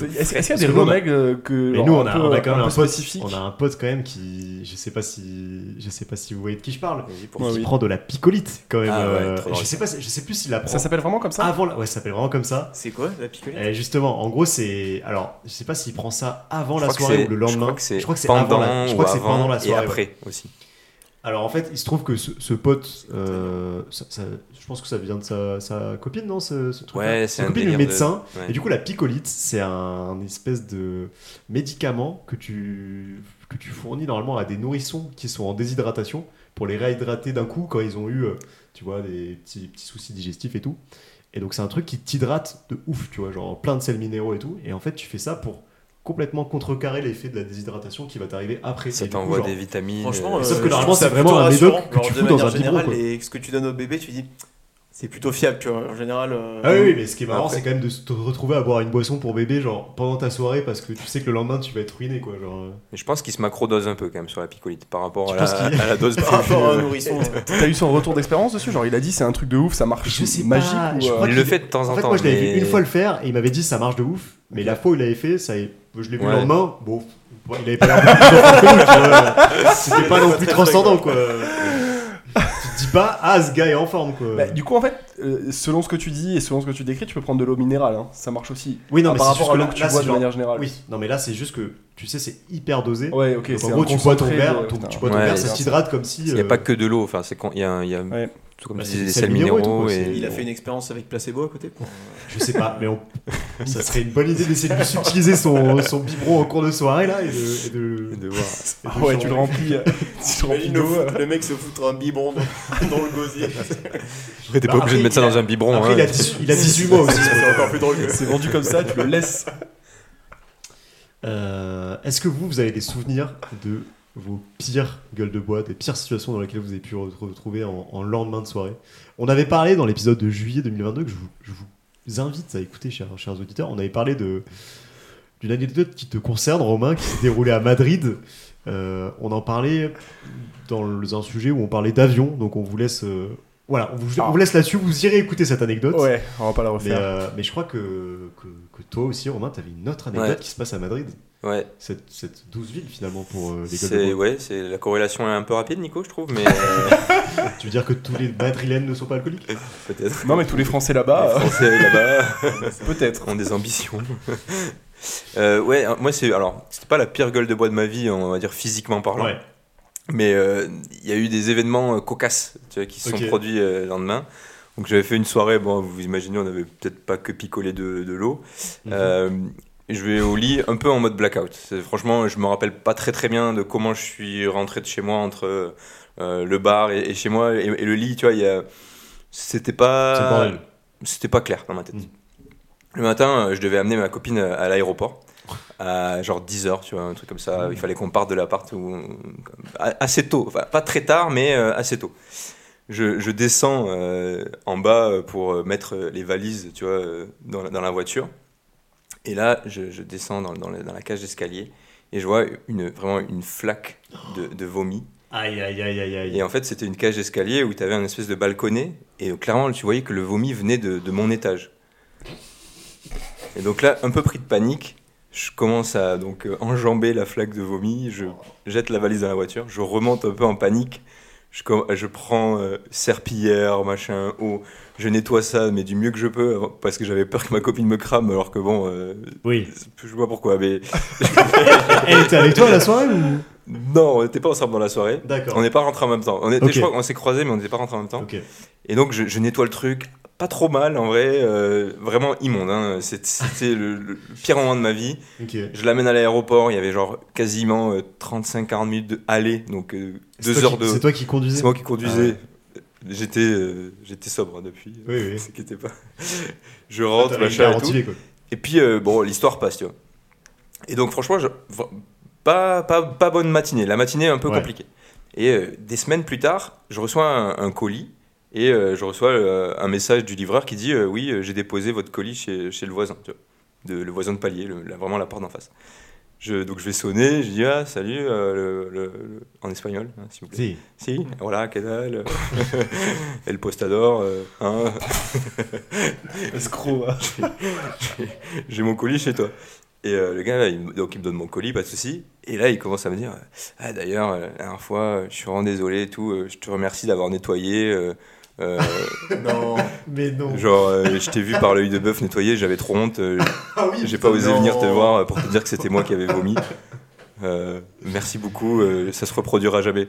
Est-ce est-ce qu'il y a
Parce que
des
nous, on a-
remègles euh, que.
Mais
genre,
nous, on a,
peu- euh,
on a quand même
peu
un pote.
spécifiques
On a un pote quand même qui, je sais pas si, je sais pas si vous voyez de qui je parle,
Vas-y, pour-
qui
Ouais, oui.
prend de la picolite quand même.
Ah ouais,
euh,
trop
je
drôle.
sais pas, si- je sais plus s'il la prend
Ça s'appelle vraiment comme ça
avant. la- Ouais, ça s'appelle vraiment comme ça.
C'est quoi, la picolée
Et justement, en gros, c'est, alors, je sais pas s'il prend ça avant
je
la
crois que
soirée
c'est-
ou le lendemain.
Je crois que c'est
avant
pendant
la, je crois
ou
que c'est
avant
pendant la soirée.
et
ouais.
après aussi.
Alors en fait, il se trouve que ce, ce pote, euh, ça- ça- je pense que ça vient de sa, sa copine, non ce, ce truc-là
Ouais,
Sa
c'est un
copine, le
délire de-
médecin.
ouais.
Et du coup, la picolite, c'est un espèce de médicament que tu, que tu fournis normalement à des nourrissons qui sont en déshydratation pour les réhydrater d'un coup quand ils ont eu, euh, tu vois, des petits, petits soucis digestifs et tout. Et donc, c'est un truc qui t'hydrate de ouf, tu vois, genre plein de sels minéraux et tout. Et en fait, tu fais ça pour complètement contrecarrer l'effet de la déshydratation qui va t'arriver après. Et
Ça
du coup,
t'envoie
genre,
des vitamines.
Franchement,
euh,
sauf
euh,
que normalement,
je trouve
c'est
ça
vraiment
plutôt
un médoc
rassurant.
que
Genre,
tu
de
fous dans
manière
un biberon,
générale,
quoi.
les- ce que tu donnes au bébé, tu dis c'est plutôt fiable, tu vois. En général. euh,
Ah oui, oui, mais ce qui est marrant,
Après.
c'est quand même de se te retrouver à boire une boisson pour bébé, genre pendant ta soirée, parce que tu sais que le lendemain, tu vas être ruiné, quoi. Genre, euh.
Je pense qu'il se macrodose un peu quand même sur la picolite par rapport
Je
à la,
pense qu'il-
à la dose
Par rapport à un
prévue.
nourrisson. euh,
T'as eu son retour d'expérience dessus Genre, il a dit c'est un truc de ouf, ça marche
Je sais
magique
pas,
ou,
je
euh,
crois
Il
qu'il-
le fait de temps
En
en,
fait,
temps.
moi, je l'avais
mais-
vu une fois le faire et il m'avait dit ça marche de ouf, mais la fois où il l'avait fait, ça, je l'ai vu le
Ouais.
lendemain, bon, bon, il avait pas l'air de plus en forme, tu vois. c'était pas non plus transcendant, quoi. tu te dis pas, ah, ce gars est en forme, quoi.
bah, du coup, en fait, euh, selon ce que tu dis et selon ce que tu décris, tu peux prendre de l'eau minérale. hein. Ça marche aussi.
oui, non,
Ah,
mais
par
c'est juste
rapport à
que
l'eau
là,
que tu
là,
bois
c'est
de
genre-
manière générale.
Oui, non, mais là, c'est juste que, tu sais, c'est hyper dosé.
Ouais, ok.
Donc,
c'est
en
un
gros, tu bois ton
concentré de-
verre, ton-
putain.
tu bois ton
Ouais,
verre,
c'est
ça
ça.
t'hydrate comme si.
Il n'y a
euh,
pas que de l'eau. Enfin, c'est con- il y a, un- il y a
Ouais.
tout comme
Bah,
tu
c'est
disais,
des
des
sels
sels
minéraux et tout,
minéraux.
quoi,
Et...
c'est-
Il a fait une expérience avec placebo à côté.
Je sais pas, mais on- ça serait une bonne idée d'essayer de subtiliser son, son biberon en cours de soirée là et de. et de-
de voir.
et de
Ah ouais,
genre-
tu le remplis. euh, tu le remplis
Imagine le,
d'eau. euh.
foot, le mec se foutre un biberon dans, dans le gosier.
Après, t'es
Bah,
pas obligé de
après,
mettre ça
il a-
dans un biberon.
Après,
hein.
il a, 10 il a 18 mois aussi. ce
c'est
truc.
encore plus drôle que
C'est vendu comme ça, tu le laisses.
Euh, Est-ce que vous, vous avez des souvenirs de vos pires gueules de bois, des pires situations dans lesquelles vous avez pu vous retrouver en, en lendemain de soirée On avait parlé dans l'épisode de juillet 2022 que je vous, je vous invite à écouter, chers, chers auditeurs. On avait parlé de d'une anecdote qui te concerne, Romain, qui s'est déroulée à Madrid. Euh, on en parlait dans le- un sujet où on parlait d'avion, donc on vous laisse. euh, voilà, on vous, on vous laisse là-dessus. Vous irez écouter cette anecdote.
Ouais, on va pas la
Mais,
refaire.
euh, mais je crois que, que, que toi aussi, Romain, t'avais une autre anecdote
Ouais.
qui se passe à Madrid
Ouais,
cette, cette douce ville finalement pour euh, les gueules
c'est
de bois.
ouais, c'est la corrélation est un peu rapide, Nico, je trouve, mais euh,
Tu veux dire que tous les madrilènes ne sont pas alcooliques
peut-être.
Non, mais tous les Français là-bas,
les Français là-bas.
euh, peut-être.
ont des ambitions. Euh, ouais, euh, moi c'est alors c'était pas la pire gueule de bois de ma vie, on va dire physiquement parlant.
Ouais.
Mais euh, il y a eu des événements euh, cocasses tu vois, qui se sont
Ok.
produits euh, le lendemain. Donc j'avais fait une soirée, bon vous imaginez, on avait peut-être pas que picolé de, de l'eau. Euh, je vais au lit un peu en mode blackout. C'est- Franchement, je me rappelle pas très très bien de comment je suis rentré de chez moi entre euh, le bar et, et chez moi et, et le lit. Tu vois, il y a- c'était
C'est le
pas
bordel.
c'était pas clair dans ma tête.
Mm.
Le matin, euh, je devais amener ma copine euh, à l'aéroport. à genre 10h, tu vois, un truc comme ça. Il fallait qu'on parte de l'appart où- a- assez tôt, enfin, pas très tard, mais euh, assez tôt. Je, je descends euh, en bas euh, pour euh, mettre euh, les valises, tu vois, euh, dans, la- dans la voiture. Et là, je, je descends dans, dans la, dans la cage d'escalier et je vois une, vraiment une flaque de, de vomi.
Aïe, aïe, aïe, aïe, aïe.
Et en fait, c'était une cage d'escalier où tu avais un espèce de balconnet. Et euh, clairement, tu voyais que le vomi venait de, de mon étage. Et donc là, un peu pris de panique, je commence à donc euh, enjamber la flaque de vomi. Je jette la valise dans la voiture. Je remonte un peu en panique. Je, com- je prends euh, serpillière, machin, eau. Je nettoie ça, mais du mieux que je peux, avant- parce que j'avais peur que ma copine me crame, alors que bon, euh,
Oui.
je sais pas pourquoi, mais
Elle était avec toi à la soirée ou
non, on n'était pas ensemble dans la soirée. On
D'accord.
n'est pas rentrés en même temps. On, était,
Ok.
je crois qu'on s'est croisés, mais on n'était pas rentrés en même temps.
Ok.
Et donc je, je nettoie le truc, pas trop mal en vrai, euh, vraiment immonde. hein. C'est- C'était le, le pire moment de ma vie.
Ok.
Je l'amène à l'aéroport, il y avait genre quasiment 35-40 minutes de aller, donc euh,
C'est
deux
toi
heures
qui-
de.
C'est toi qui conduisais
C'est moi qui conduisais.
Ah
J'étais euh, j'étais sobre hein, depuis.
Oui, Ah, oui.
Ne s'inquiétez pas. Je
T'avais
rentre,
une
machin et
garantie,
tout.
quoi.
Et puis, euh, bon, l'histoire passe, tu vois. Et donc, franchement, je- vra- pas, pas, pas bonne matinée. La matinée est un peu
Ouais.
compliquée. Et euh, des semaines plus tard, je reçois un, un colis et euh, je reçois euh, un message du livreur qui dit euh, Oui, euh, j'ai déposé votre colis chez, chez le voisin, tu vois, de, le voisin de palier, le- la- vraiment la porte d'en face. Je- donc, je vais sonner, je dis Ah, salut, euh, le- le- le- en espagnol, hein, s'il vous plaît.
Si.
Si, voilà, que dalle. El Postador, euh, hein,
Escroc. hein.
j'ai mon colis chez toi. Et euh, le gars, là, il, me- donc, il me donne mon colis, pas de souci. Et là, il commence à me dire Ah, d'ailleurs, euh, la dernière fois, euh, je suis vraiment désolé et tout, euh, je te remercie d'avoir nettoyé. euh, euh,
Non.
Mais non.
genre, euh, je t'ai vu par l'œil de bœuf nettoyer, j'avais trop honte, euh,
Ah oui.
j'ai pas osé
Non.
venir te voir euh, pour te dire que c'était moi qui avais vomi. Euh, merci beaucoup, euh, ça se reproduira jamais.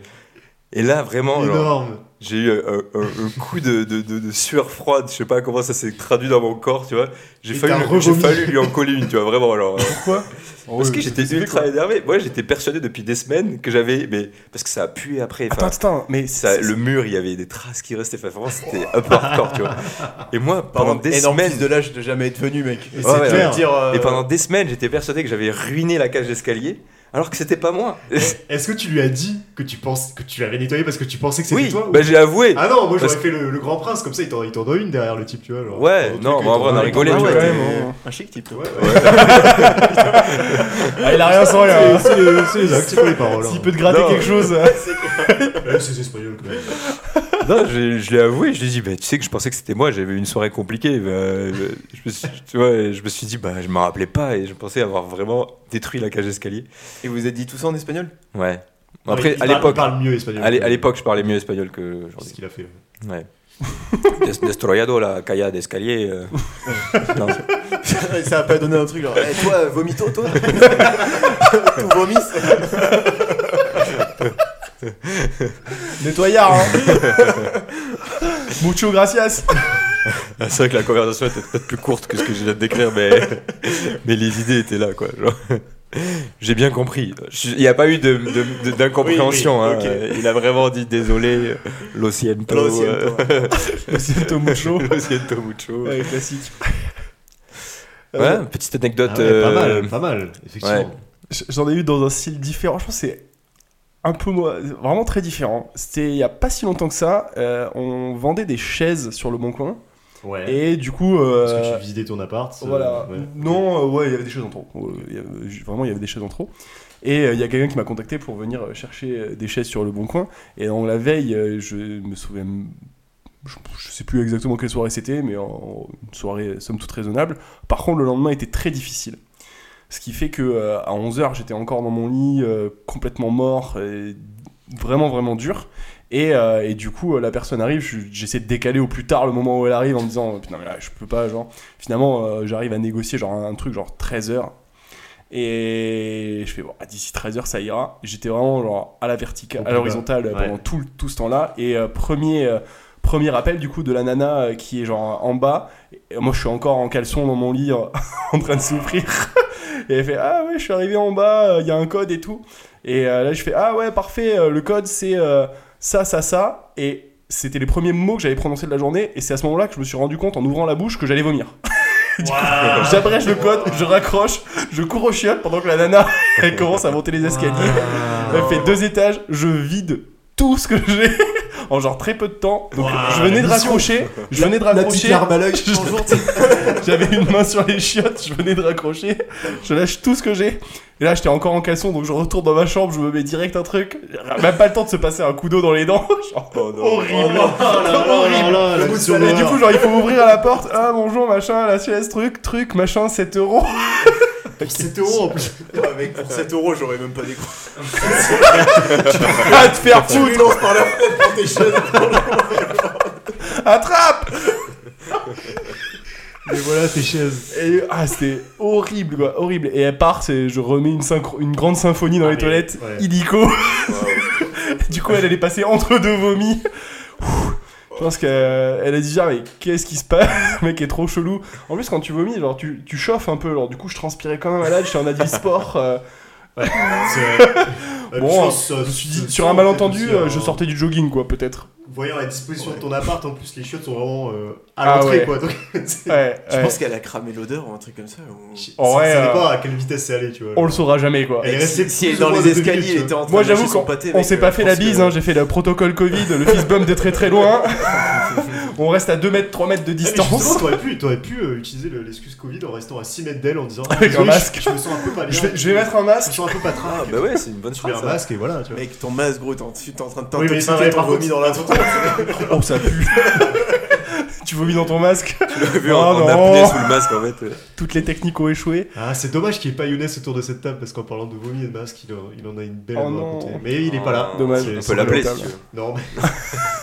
Et là, vraiment, genre,
Énorme.
j'ai eu un, un- un coup de, de- de- de sueur froide, je sais pas comment ça s'est traduit dans mon corps, tu vois. J'ai
Et
failli,
t'as
j'ai
revomi.
failli lui en coller une, tu vois, vraiment. Alors, euh,
Pourquoi
parce que j'étais ultra
quoi.
énervé. Moi, j'étais persuadé depuis des semaines que j'avais. Mais parce que ça a pué après.
Attends,
enfin,
attends, mais
ça-
c'est-
le mur, il y avait des traces qui restaient. Enfin, vraiment, c'était un peu hardcore, tu vois. Et moi, pendant
Pardon,
des
énorme
semaines.
fils de l'âge de jamais être venu, mec.
Et
Je
c'est
ouais,
veux
clair.
dire, euh,
Et pendant des semaines, j'étais persuadé que j'avais ruiné la cage d'escalier, alors que c'était pas moi.
Est-ce que tu lui as dit que tu penses que tu l'avais nettoyé parce que tu pensais que c'était
oui,
toi ou-
bah, j'ai avoué.
Ah non, moi j'aurais
parce-
fait le, le grand prince comme ça, il t'en il t'en donne une derrière le type, tu vois. Genre,
Ouais,
Dans le
non,
truc,
bah, en
il
vrai,
t'en
on a
donne
rigolé,
une.
tu
ouais,
vois.
ouais,
t'es-
ouais.
un chic type. toi.
Ouais,
Ah, il a rien sans rien.
C'est- C'est les- c'est les actes, c'est pas les paroles. hein.
S'il peut te gratter
Non.
quelque chose.
Ouais, C'est espagnol quand même.
Non, je, je l'ai avoué, je lui ai dit, bah, tu sais que je pensais que c'était moi, j'avais eu une soirée compliquée. bah, euh, je, me suis, tu vois, et je me suis dit, bah, je m'en rappelais pas et je pensais avoir vraiment détruit la cage d'escalier.
Et vous avez dit tout ça en espagnol
Ouais.
Non, il-
Bon, Après,
il
à
parle-
l'époque,
Il parle mieux espagnol.
à l'é-
que-
à l'époque, je parlais mieux espagnol
C'est ce
qu'aujourd'hui.
qu'il a fait.
Ouais. Des- Destroyado la calle d'escalier. euh. Non, c'est-
Ça a pas donné un truc genre, Eh, toi, vomito, toi Tout vomis
Nettoyard, hein. Mucho gracias.
Ah, c'est vrai que la conversation était peut-être plus courte que ce que je viens de décrire, mais, mais les idées étaient là, quoi. genre. J'ai bien compris. Je- Il n'y a pas eu de- de- de- d'incompréhension.
Oui, oui,
hein.
ok.
Il a vraiment dit désolé, lo siento.
Lo siento.
euh,
Siento mucho.
lo siento mucho.
Ouais, classique.
Ouais, petite anecdote.
Ah ouais, Pas
euh,
mal, pas mal, effectivement.
J- J'en ai eu dans un style différent. Je pense que c'est un peu moi, vraiment très différent. C'était il y a pas si longtemps que ça. euh, on vendait des chaises sur le bon coin.
Ouais.
Et du coup.
Parce
euh,
que tu visitais ton appart. euh,
Voilà.
ouais.
Non, euh, ouais, il y avait des choses en trop. Euh, il y avait- ju- vraiment, il y avait des choses en trop. Et euh, il y a quelqu'un qui m'a contacté pour venir euh, chercher euh, des chaises sur le bon coin. Et en la veille, euh, je me souviens. Je, je sais plus exactement quelle soirée c'était, mais en- en- une soirée euh, somme toute raisonnable. Par contre, le lendemain était très difficile. Ce qui fait que euh, à 11h, j'étais encore dans mon lit, euh, complètement mort, et vraiment, vraiment dur. Et, euh, et du coup, euh, la personne arrive, je- j'essaie de décaler au plus tard le moment où elle arrive en me disant Putain, mais là, je peux pas, genre finalement euh, j'arrive à négocier genre un, un truc genre 13 heures et je fais bon bah, d'ici 13 heures ça ira j'étais vraiment genre à la verticale
Au
à
plus
l'horizontale
bas, ouais.
pendant tout, le- tout ce temps là et euh, premier euh, premier appel du coup de la nana euh, qui est genre en bas Et moi je suis encore en caleçon dans mon lit euh, en train de souffrir et elle fait ah ouais je suis arrivé en bas euh, il y a un code et tout et euh, là je fais ah ouais parfait euh, le code c'est euh, ça, ça, ça, et c'était les premiers mots que j'avais prononcés de la journée, et c'est à ce moment-là que je me suis rendu compte en ouvrant la bouche que j'allais vomir. Du coup, J'abrège le code, je raccroche, je cours au chiottes pendant que la nana elle commence à monter les escaliers. Elle fait deux étages, je vide tout ce que j'ai en genre très peu de temps. Donc je venais de raccrocher, je venais de
La petite
raccrocher.
larme à l'œil.
Je- J'avais une main sur les chiottes, je venais de raccrocher, je lâche tout ce que j'ai. Et là, j'étais encore en casson, donc je retourne dans ma chambre, je me mets direct un truc. Même pas le temps de se passer un coup d'eau dans les dents. Genre, horrible.
Oh là là, la vision
Et du
d'horreur.
coup, genre, il faut ouvrir à la porte. Ah, bonjour, machin, la sieste, truc, truc, machin, 7 euros.
Pour 7 euros en plus.
Ouais, mec, pour 7 euros, j'aurais même pas découvert.
À te faire
Tu
foutre.
me lances par la fenêtre quand t'es jeune.
Attrape
Mais voilà tes chaises.
Et ah, c'était horrible, quoi, horrible. Et elle part, c'est- je remets une, synchro- une grande symphonie dans les
Ah, mais-
toilettes,
ouais.
illico. du coup, elle, elle est passée entre deux vomis. Ouh. Je pense qu'elle elle a dit genre mais qu'est-ce qui se passe Le mec est trop chelou. En plus quand tu vomis genre tu, tu chauffes un peu alors du coup je transpirais comme un malade, j'étais en habit sport. euh,
euh,
Bon,
je
je me suis dit sur un malentendu euh, je sortais du jogging quoi peut-être.
Voyant la disposition de ton appart, en plus les chiottes sont vraiment euh,
Ah
à l'entrée
ouais.
quoi. Donc, c'est-
Ouais,
Je
ouais.
pense qu'elle a cramé l'odeur ou un truc comme ça. ou-
ça,
En vrai,
ça dépend
euh,
à quelle vitesse c'est allé, tu vois. Ah,
on le saura jamais quoi.
Elle est restée
Si elle est
plus
dans
ou moins
les
de deux
escaliers,
minutes,
elle était en train
Moi
de lâcher
j'avoue
son
qu'on
pâté.
on
mec,
s'est
euh,
pas fait
je
la
pense
bise,
que-
hein, j'ai fait le protocole Covid, le fist bump de très très loin. on reste à 2 mètres, 3 mètres de
Ah, mais justement,
distance.
t'aurais pu, t'aurais pu euh, utiliser le- l'excuse Covid en restant à 6 mètres d'elle en disant
Avec un
Désolé, je-
masque.
Je, me sens un peu pas bien.
Je vais, je vais mettre un
Je me
masque.
sens un
hein.
peu patraque.
Ah, bah ouais, c'est une bonne
je mets un
chose.
masque et voilà, tu vois.
Mec, ton masque, gros, t'es en, t'es en train de
Oui, mais c'est
t'intoxiquer
vrai,
ton
par
vomi
contre.
dans la tour.
Oh ça pue. tu vomis dans ton masque.
Tu l'as hein. vu
Oh,
en, en
non.
apnée sous le masque en fait. euh,
Toutes les techniques ont échoué.
Ah, c'est dommage qu'il n'y ait pas Younes autour de cette table parce qu'en parlant de vomi et de masque, il en, il en a une belle
Oh
à nous
non.
raconter. Mais il est pas là.
Dommage.
C'est-
Oh. On
c'est
peut l'appeler si
lamentable.
tu veux. Ah,
Non, mais.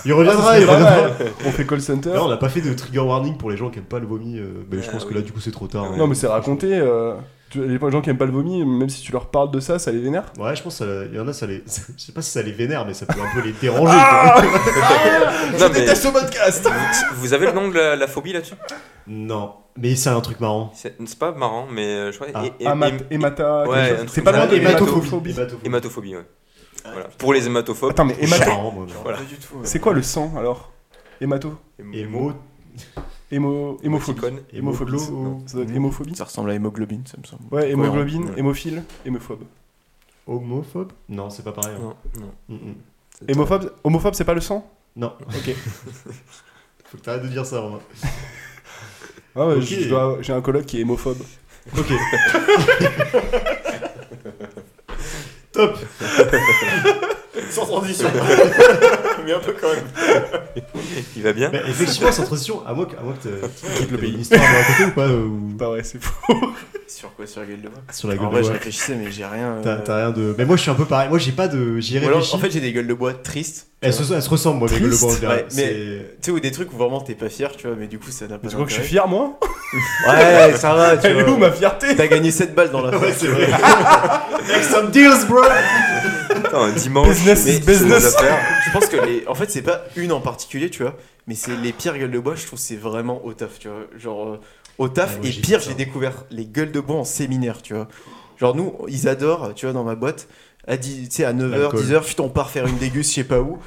il reviendra, il
Ah, Pas
reviendra.
mal. On fait call center.
Non, on n'a pas fait de trigger warning pour les gens qui aiment pas le vomi. euh, mais je
Ah,
pense que
oui.
là, du coup, c'est trop tard. hein.
Non,
Non mais c'est raconté. euh, tu- Les gens qui aiment pas le vomi, même si tu leur parles de ça, ça les vénère.
Ouais, je pense qu'il y en a, ça les. Je sais pas si ça les vénère, mais ça peut un peu les déranger.
Ah
quoi.
Non, mais
ce podcast
vous avez le nom de la, la phobie là-dessus
Non, mais c'est un truc marrant.
C'est c'est pas marrant, mais euh, je crois.
Ah,
hé- hé- hé-
Hémata. quelque
Ouais,
chose.
un truc
C'est pas
comme
loin
ça.
de
Hématophobie.
hématophobie.
Hématophobie.
Hématophobie, ouais. Voilà. Pour les hématophobes.
Attends mais
C'est
hémata.
marrant, moi. genre.
Voilà.
Pas du tout. hein.
C'est quoi le sang alors Hémato.
Hémo.
Hémo. Hémophobie.
Hémoticône.
Hémophobie.
Hémoglo-
Hmm. Ça doit être hémophobie.
Ça ressemble à hémoglobine, ça me semble.
Ouais, hémoglobine,
Cohérent.
hémophile, hémophobe.
Homophobe Non, c'est pas pareil. hein.
Non, non.
Mm, mm.
Hémophobe, homophobe, c'est pas le sang
Non.
Ok.
Faut que t'arrêtes de dire ça, Romain.
Ah ouais,
Ok.
je dois- j'ai un coloc qui est hémophobe.
Ok. Top
Sans transition. Mais un peu quand même.
Il va bien
Mais Effectivement, sans transition, à moi que, à moi que t'aies- t'aies
le pays.
une histoire à me raconter ou pas euh, ou-
Bah ouais, c'est fou.
Sur quoi Sur la gueule de bois
Sur la gueule
En vrai,
de
je
bois.
réfléchissais, mais j'ai rien. euh,
T'as t'as rien de. Mais moi, je suis un peu pareil. Moi, j'ai pas de. J'y
ou alors,
réfléchis.
en fait, j'ai des gueules de bois tristes.
elles, se, elles se ressemblent, moi, les gueules de bois. en
Triste,
général.
ouais,
C'est-
Tu sais, ou des trucs où vraiment t'es pas fier, tu vois, mais du coup, ça n'a pas
Tu crois que je suis fier,
d'intérêt.
moi
Ouais, ça va, tu
Euh,
Elle est où
vois.
ma fierté
T'as gagné 7 balles dans la
Ouais,
face.
c'est vrai. Make some deals, bro
Attends, un dimanche.
Business is
mais c'est
business.
nos affaires.
Je pense que les. En fait, c'est pas une en particulier, tu vois, mais c'est les pires gueules de bois, je trouve, c'est vraiment au taf, tu vois. Genre, euh, au taf,
Ah, moi,
et
j'ai
pire,
fait ça.
j'ai découvert les gueules de bois en séminaire, tu vois. Genre, nous, ils adorent, tu vois, dans ma boîte, à, dix- tu sais, à 9h,
L'alcool.
10h, putain, on part faire une déguste, je sais pas où.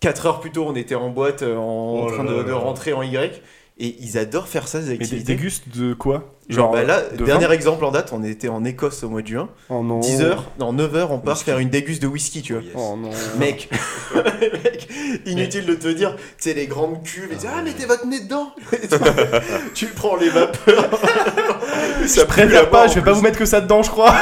4 heures plus tôt, on était en boîte, euh, en
Oh là
train
là
de,
là
de
là.
rentrer en Y, et ils adorent faire ça, ces
Mais des
activités.
dégustes de quoi
Genre, bah là,
de
dernier
vin
exemple en date, on était en Écosse au mois de juin.
Oh non.
10h, non, 9h, on part
Whisky.
faire une déguste de whisky, tu vois.
Yes.
Oh non.
Mec, Mec, inutile de te dire, tu sais, les grandes cuves, et tu dis, ah, mettez votre nez dedans Tu prends les vapeurs.
Ça
Préfère pas, je vais pas vous mettre que ça dedans, je crois.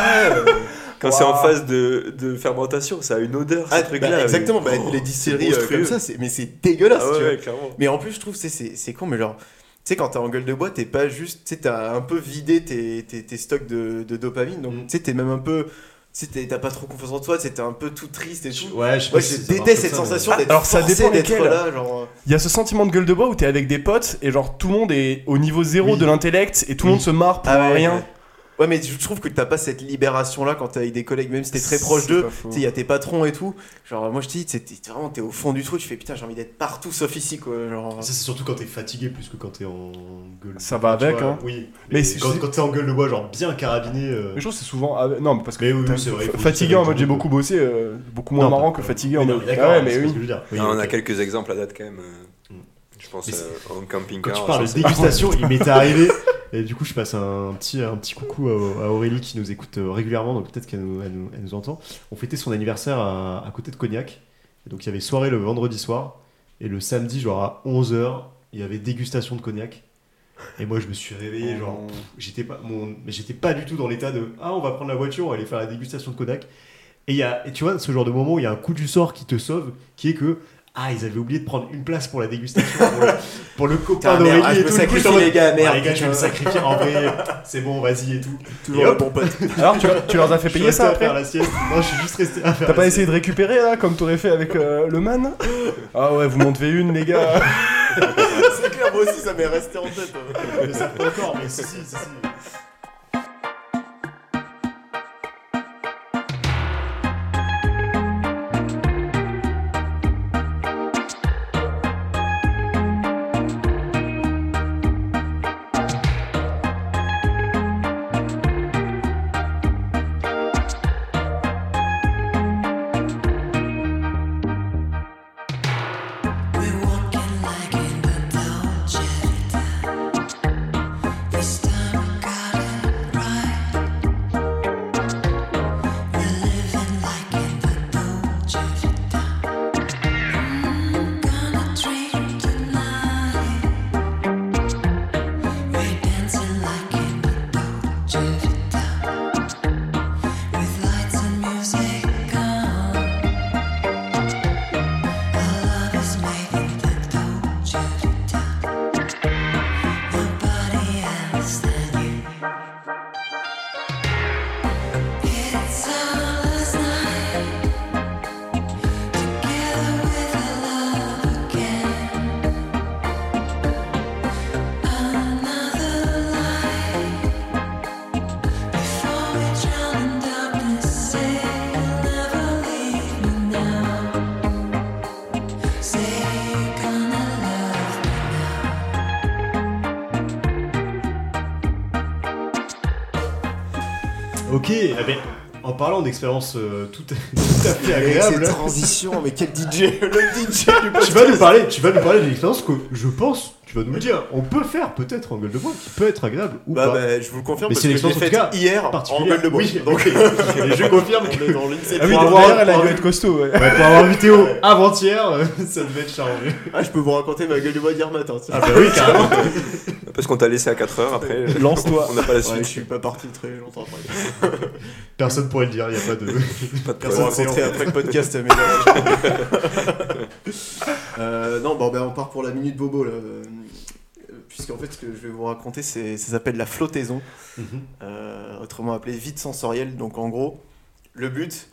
Quand c'est en phase de, de fermentation, ça a une odeur, ce
Ah,
truc-là.
bah,
mais-
exactement, bah,
Oh,
les distilleries
c'est
euh, comme
monstrueux.
ça, c'est- mais c'est dégueulasse,
Ah ouais,
tu vois.
ouais, clairement.
Mais en plus, je trouve, c'est- c'est c'est con, mais genre, tu sais, quand t'es en gueule de bois, t'es pas juste, tu sais, t'as un peu vidé tes, tes, tes stocks de, de dopamine, donc
Mm.
tu sais, t'es même un peu, tu sais, t'es- t'as pas trop confiance en toi, tu sais, t'es un peu tout triste et tout.
Ouais, je, sais pas
Moi,
si
je
ça marche
déteste
comme
cette
ça, mais-
sensation d'être
alors, ça
forcé
dépend
d'être
lesquels.
là, genre.
Il y a ce sentiment de gueule de bois où t'es avec des potes et genre tout le monde est au niveau zéro
Oui.
de l'intellect et tout le
Oui.
monde se marre pour
Ah ouais,
rien.
ouais. Ouais, mais je trouve que t'as pas cette libération là quand t'es avec des collègues, même si t'es très proche
C'est
d'eux.
pas faux.
Tu sais, y a tes patrons et tout. Genre, moi je te dis, t'es- t'es vraiment t'es au fond du trou, tu fais putain, j'ai envie d'être partout sauf ici quoi. Genre,
Ça, c'est surtout quand t'es fatigué plus que quand t'es en gueule. de
Ça
bois,
va
tu
avec,
vois.
hein.
Oui.
Mais
Mais
c'est-
quand,
je-
quand t'es en gueule de bois, genre bien carabiné. euh,
Mais je trouve que c'est souvent. avec- Non, mais parce que.
Mais oui,
t'as-
oui, c'est vrai. il faut
Fatigué
dire
en
que
mode j'ai
tout le
beaucoup bossé, euh, beaucoup moins
Non,
marrant
pas-
que fatigué en
monde- Oui, non,
mode.
mais
Ah
d'accord,
ouais,
c'est
mais
ce que
oui.
je veux dire. Oui,
Ah, on a
ok.
quelques exemples à date quand même. euh,
Mm.
Je pense
Mais
euh, en camping
Quand
car.
tu parles de dégustation, il m'était arrivé Et du coup, je passe un petit, un petit coucou à, à Aurélie qui nous écoute euh, régulièrement, donc peut-être qu'elle nous, elle nous- elle nous entend. On fêtait son anniversaire à, à côté de Cognac. Et donc, il y avait soirée le vendredi soir. Et le samedi, genre à 11h, il y avait dégustation de Cognac. Et moi, je me suis réveillé, genre, pff, j'étais pas, mon, mais j'étais pas du tout dans l'état de Ah, on va prendre la voiture, on va aller faire la dégustation de Cognac. Et, il y a, et tu vois, ce genre de moment où il y a un coup du sort qui te sauve, qui est que. Ah, ils avaient oublié de prendre une place pour la dégustation, pour le, pour le copain
Putain, merde,
d'Aurélie
ah,
et
je
tout.
me
Du coup, j'étais en
sacrifie,
mode,
les gars,
Ah,
merde,
les gars, je vais me
putain.
sacrifier en vrai. C'est bon, vas-y et tout.
Toujours
Et
le
hop.
bon pote.
Alors, tu, tu leur as fait
Je suis
payer
resté
ça
à faire
après
la sieste. Non, je suis juste resté à faire
T'as
la
pas
sieste.
essayé de récupérer là, comme t'aurais fait avec euh, le man Ah ouais, vous m'en devez une, les gars
C'est clair, moi aussi, ça m'est resté en tête. hein.
Mais ça fait encore, mais si, si, si. si.
We're walking like in the Dolce This time we got it right. We're living like in the Dolce Mm, Gonna dream tonight. We're dancing like in the Dolce with lights and music on. Our love is made in the Dolce Vita. Nobody else than you. It's our last night together with our love again. Another light before we drown in darkness. Say you'll never leave me now. Say you're gonna love me now.
Ok, eh ben, en parlant d'expérience euh, tout, tout à fait agréable,
transitions, mais quel DJ Le DJ du
tu vas nous parler, tu vas nous parler d'une expérience que je pense, tu vas nous le dire, on peut faire peut-être en gueule de bois, qui peut être agréable ou
Bah,
pas.
bah, je vous le confirme,
Mais
parce
c'est
que je l'ai
l'expérience, en tout
faite
cas,
hier en
particulière.
gueule de bois.
Oui,
Donc,
Et je confirme
on
que
est dans l'inception.
Ah oui,
Pour
donc
avoir-
d'ailleurs, elle a dû
pour avoir-
être costaud, ouais.
ouais, pour avoir vu Théo avant-hier, euh, ça devait être chargé.
Ah, je peux vous raconter ma gueule de bois d'hier matin. tiens.
Ah bah oui, carrément.
Parce qu'on t'a laissé à 4 heures après. euh,
Lance-toi.
On n'a pas la
Ouais, je
suite.
suis pas parti très longtemps après.
Personne pourrait le dire, il n'y a pas de...
pas de
On va
Personne
problème.
rentrer après le podcast, mais non. Euh, non, bon, ben, on part pour la minute bobo là. Euh, Puisqu'en fait, ce que je vais vous raconter, c'est ça s'appelle la flottaison,
Mhm.
Euh, autrement appelé vide sensoriel. Donc, en gros, le but,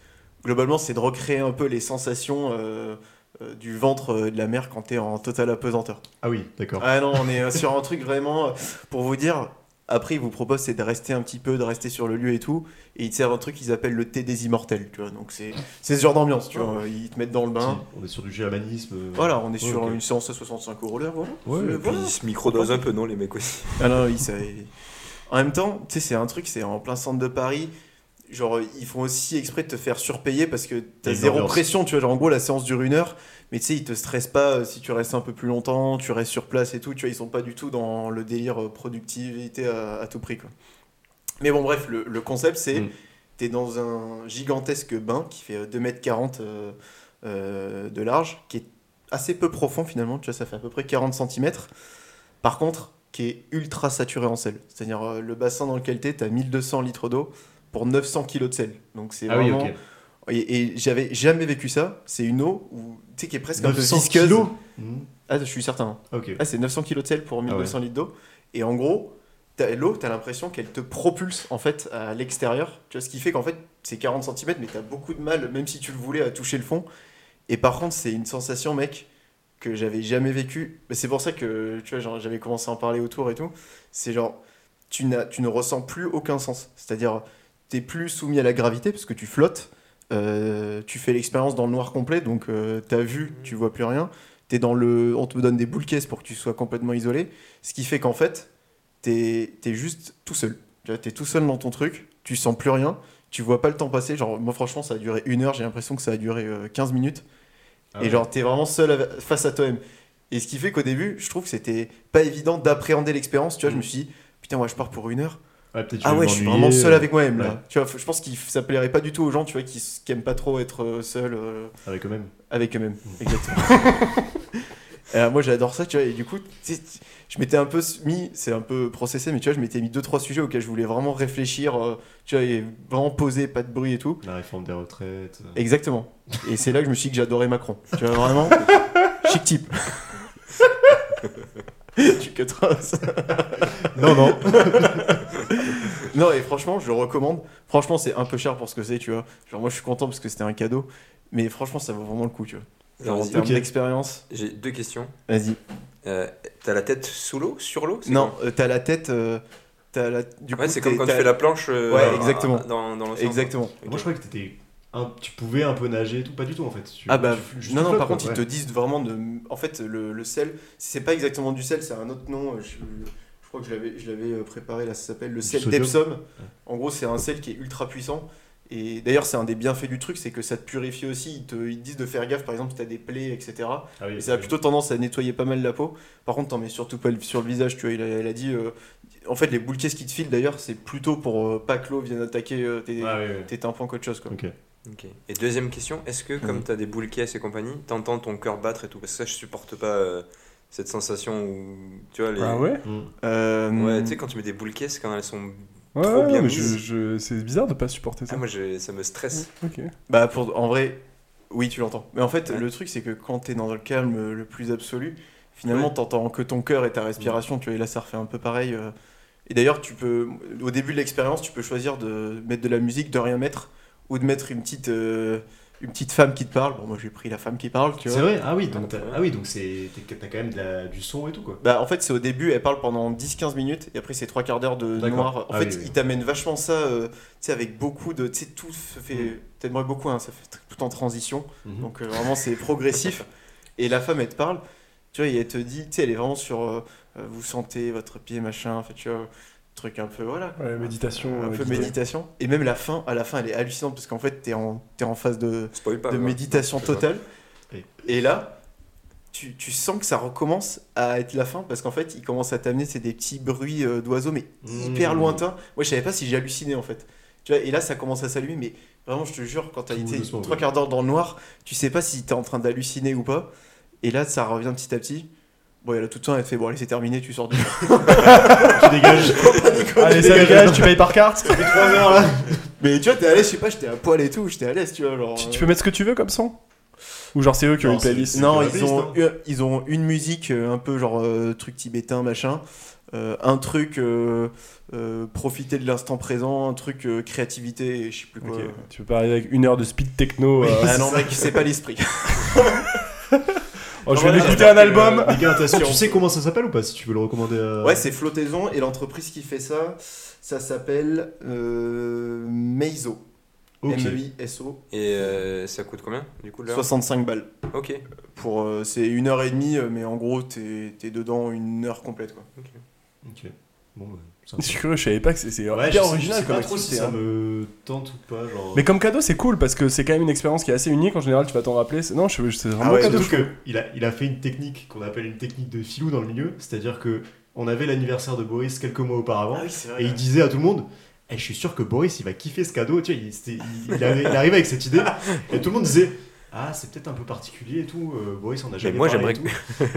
globalement, c'est de recréer un peu les sensations euh, euh, du ventre euh, de la mer quand t'es en totale apesanteur.
Ah oui, d'accord.
Ah non, on est euh, sur un truc vraiment euh, pour vous dire. Après, ils vous proposent c'est de rester un petit peu, de rester sur le lieu et tout. Et ils te servent un truc qu'ils appellent le thé des immortels, tu vois. Donc c'est c'est ce genre d'ambiance, tu vois. Ils te mettent dans le bain.
On est sur du germanisme. euh,
ben. Voilà, on est sur
ok.
une séance à 65 euros l'heure, voilà.
Ouais,
C'est-
et
Et puis,
voilà.
ils se microdosent un peu, non, les mecs aussi.
Ah non, ils, ça- ils- En même temps, tu sais, c'est un truc, c'est en plein centre de Paris. Genre, ils font aussi exprès de te faire surpayer parce que t'as
Les
zéro
ambiances.
pression, tu vois. Genre, en gros, la séance dure une heure, mais tu sais, ils te stressent pas euh, si tu restes un peu plus longtemps, tu restes sur place et tout. Tu vois, ils sont pas du tout dans le délire euh, productivité à, à tout prix, quoi. Mais bon, bref, le, le concept, c'est
Mm.
t'es dans un gigantesque bain qui fait euh, 2m40 euh, euh, de large, qui est assez peu profond finalement, tu vois, ça fait à peu près 40 cm. Par contre, qui est ultra saturé en sel. C'est-à-dire euh, le bassin dans lequel t'es, t'as 1200 litres d'eau pour 900 kilos de sel. Donc c'est
Ah oui,
vraiment...
ok.
Et, et j'avais jamais vécu ça. C'est une eau où, tu sais, qui est presque un peu
900
visqueuse.
kilos Mhm.
Ah, je suis certain.
Ok.
Ah, c'est 900 kilos de sel pour 1200 litres d'eau. Et en gros, t'as- l'eau, t'as l'impression qu'elle te propulse en fait à l'extérieur. Tu vois, ce qui fait qu'en fait, c'est 40 cm, mais t'as beaucoup de mal, même si tu le voulais, à toucher le fond. Et par contre, c'est une sensation, mec, que j'avais jamais vécue. Mais c'est pour ça que, tu vois, genre, j'avais commencé à en parler autour et tout. C'est genre, tu, n'as- tu ne ressens plus aucun sens. C'est-à-dire, t'es plus soumis à la gravité parce que tu flottes. euh, tu fais l'expérience dans le noir complet, donc euh, t'as vu, tu vois plus rien t'es dans le, on te donne des boules caisses pour que tu sois complètement isolé, ce qui fait qu'en fait, t'es es juste tout seul. Tu vois, t'es tout seul dans ton truc, tu sens plus rien, tu vois pas le temps passer. Genre, moi franchement, ça a duré une heure, j'ai l'impression que ça a duré euh, 15 minutes.
Ah
et
ouais.
genre, t'es vraiment seul ave- face à toi-même. Et ce qui fait qu'au début, je trouve que c'était pas évident d'appréhender l'expérience. Tu vois, je me suis dit, putain, moi je pars pour une heure.
Ouais, peut-être
Ah
Mm. vais
ouais, je suis
m'ennuyer,
vraiment seul
euh,
avec moi-même
ouais.
là. Tu vois, f- je pense qu'il f- ça plairait pas du tout aux gens, tu vois, qui, s- qui aiment pas trop être euh, seuls euh,
Avec eux-mêmes.
avec eux-mêmes.
Mmh.
Exactement. Euh, moi j'adore ça, tu vois, et du coup, tu sais, tu- je m'étais un peu s- mis, c'est un peu processé, mais tu vois, je m'étais mis deux trois sujets auxquels je voulais vraiment réfléchir, euh, tu vois, et vraiment poser, pas de bruit et tout.
La réforme des retraites. euh.
Exactement. Et c'est là que je me suis dit que j'adorais Macron. Tu vois, vraiment, chic type. tu que
Non, non.
Non, et franchement, je le recommande. Franchement, c'est un peu cher pour ce que c'est, tu vois. Genre, moi, je suis content parce que c'était un cadeau. Mais franchement, ça vaut vraiment le coup, tu vois. Genre,
Alors,
en
vas-y.
termes
Ok.
d'expérience.
J'ai deux questions.
Vas-y.
Euh, T'as la tête sous l'eau Sur l'eau c'est
Non,
quoi
euh, t'as la tête. euh, t'as la... Du
Ouais,
coup,
c'est
t'es-
comme quand tu
t'as-
fais la planche. euh,
Ouais,
dans-
exactement.
Dans, dans l'océan.
Exactement.
Ok.
Moi, je croyais que t'étais un- tu pouvais un peu nager et tout. Pas du tout, en fait. Tu-
Ah bah,
tu- juste
non,
tu
non,
flottes,
par
quoi,
contre, ils
ouais.
te disent vraiment de. En fait, le, le sel, c'est pas exactement du sel, c'est un autre nom. euh, Je, je crois que je l'avais- je l'avais euh, préparé là, ça s'appelle le
Du
sel
sodium.
d'Epsom. En gros, c'est un sel qui est ultra puissant. Et d'ailleurs, c'est un des bienfaits du truc, c'est que ça te purifie aussi. Ils te, ils te disent de faire gaffe, par exemple, si t'as des plaies, etc.
Ah oui,
Et ça a
ok.
plutôt tendance à nettoyer pas mal la peau. Par contre, t'en mets surtout pas le- sur le visage, tu vois. Il a, elle a dit. euh, en fait, les boules qui te filent d'ailleurs, c'est plutôt pour euh, pas que l'eau vienne attaquer euh, tes,
Ah, ouais, ouais.
tes tympans qu'autre chose, quoi.
Ok.
Ok. Et deuxième question, est-ce que comme
Mhm.
t'as des boules caisses et compagnie, t'entends ton cœur battre et tout Parce que ça, je supporte pas euh, cette sensation où tu vois les.
Ah ouais
Euh,
Ouais, tu sais, quand tu mets des boules caisses, quand elles sont.
Ouais,
Trop
ouais,
bien
mais
mis.
je, je- c'est bizarre de pas supporter ça.
Ah, moi, je- ça me stresse.
Ok.
Bah, pour, en vrai, oui, tu l'entends. Mais en fait,
Ouais.
le truc, c'est que quand t'es dans le calme le plus absolu, finalement, t'entends que ton cœur et ta respiration, tu vois. Et là, ça refait un peu pareil. euh. Et d'ailleurs, tu peux, au début de l'expérience, tu peux choisir de mettre de la musique, de rien mettre, ou de mettre une petite, euh, une petite femme qui te parle. Bon, moi, j'ai pris la femme qui parle, tu vois.
C'est vrai Ah oui, donc
Ah,
t'as
ouais.
ah oui, donc c'est- t'es- t'as quand même de la- du son et tout, quoi.
Bah, en fait, c'est au début, elle parle pendant 10-15 minutes, et après, c'est 3 quarts d'heure de
D'accord.
noir. En
Ah
fait,
oui, oui.
il t'amène vachement ça, euh, tu sais, avec beaucoup de. Tu sais, tout se fait. T'aimerais beaucoup, hein, ça fait tout en transition.
Mhm.
Donc, euh, vraiment, c'est progressif. et la femme, elle te parle, tu vois, et elle te dit, tu sais, elle est vraiment sur. euh, euh, vous sentez votre pied, machin, en fait, tu vois, truc un peu, voilà.
Ouais, méditation.
Un
euh,
peu
guidée.
méditation. Et même la fin, à la fin, elle est hallucinante parce qu'en fait, t'es en, t'es en phase de,
Spoil pas.
de
quoi.
méditation
Je sais pas.
totale.
Et-
Et là, tu, tu sens que ça recommence à être la fin parce qu'en fait, il commence à t'amener c'est des petits bruits euh, d'oiseaux mais
Mmh.
hyper lointains. Moi, je savais pas si j'ai halluciné en fait. Tu vois, et là, ça commence à s'allumer, mais vraiment, je te jure, quand t'as
Tout
été
doucement,
trois
ouais.
quarts d'heure dans le noir, tu sais pas si t'es en train d'halluciner ou pas. Et là, ça revient petit à petit. Bon, et là, tout le temps, elle te fait Bon, allez, c'est terminé, tu sors du.
Tu dégages.
Allez, ça dégage, tu payes par carte.
Ça fait 3 heures là.
mais tu vois, t'es à l'aise, je sais pas, j'étais à poil et tout, j'étais à l'aise, tu vois. Genre,
Tu,
euh,
tu peux mettre ce que tu veux comme son Ou genre c'est eux qui ont
Non,
une
c'est-
playlist
Non,
que la
ils
playlist,
ont,
hein.
une, ils ont une musique euh, un peu genre euh, truc tibétain, machin. euh, un truc euh, euh, profiter de l'instant présent, un truc euh, créativité, et je sais plus
Ok,
quoi.
Tu peux pas arriver avec une heure de speed techno. euh,
Ah non, mec, c'est pas l'esprit.
oh, je
Ouais,
viens
ouais,
d'écouter
j'espère
un
que,
album.
euh,
Les gars, attention, tu sais comment ça s'appelle ou pas si tu veux le recommander à...
Ouais, c'est Flottaison et l'entreprise qui fait ça, ça s'appelle euh, Meizo.
Ok.
E M-E-I-S-O.
Et euh, ça coûte combien du coup là
65 balles.
Ok.
Pour, euh, c'est une heure et demie, euh, mais en gros, t'es t'es dedans une heure complète. Quoi.
Ok. Bon, bah, ça
Je
va.
suis curieux, je savais pas que c'est c'est
Ouais, je
hyper
sais-
original
je sais
comme
pas trop si
activité.
ça
hein.
me tente ou pas, genre... euh,
Mais comme cadeau, c'est cool parce que c'est quand même une expérience qui est assez unique. En général, tu vas t'en rappeler. C'est- Non, je- je- c'est vraiment
Ah ouais,
cadeau.
Surtout que il a, il a fait une technique qu'on appelle une technique de filou dans le milieu, c'est-à-dire que on avait l'anniversaire de Boris quelques mois auparavant,
Ah oui, c'est
et il disait à tout le monde Eh, Je suis sûr que Boris il va kiffer ce cadeau. Tu vois, il, c'était- il- il avait- il arrivait avec cette idée, et tout le monde disait Ah, c'est peut-être un peu particulier et tout, euh, Boris en a jamais
moi,
parlé. et
j'aimerais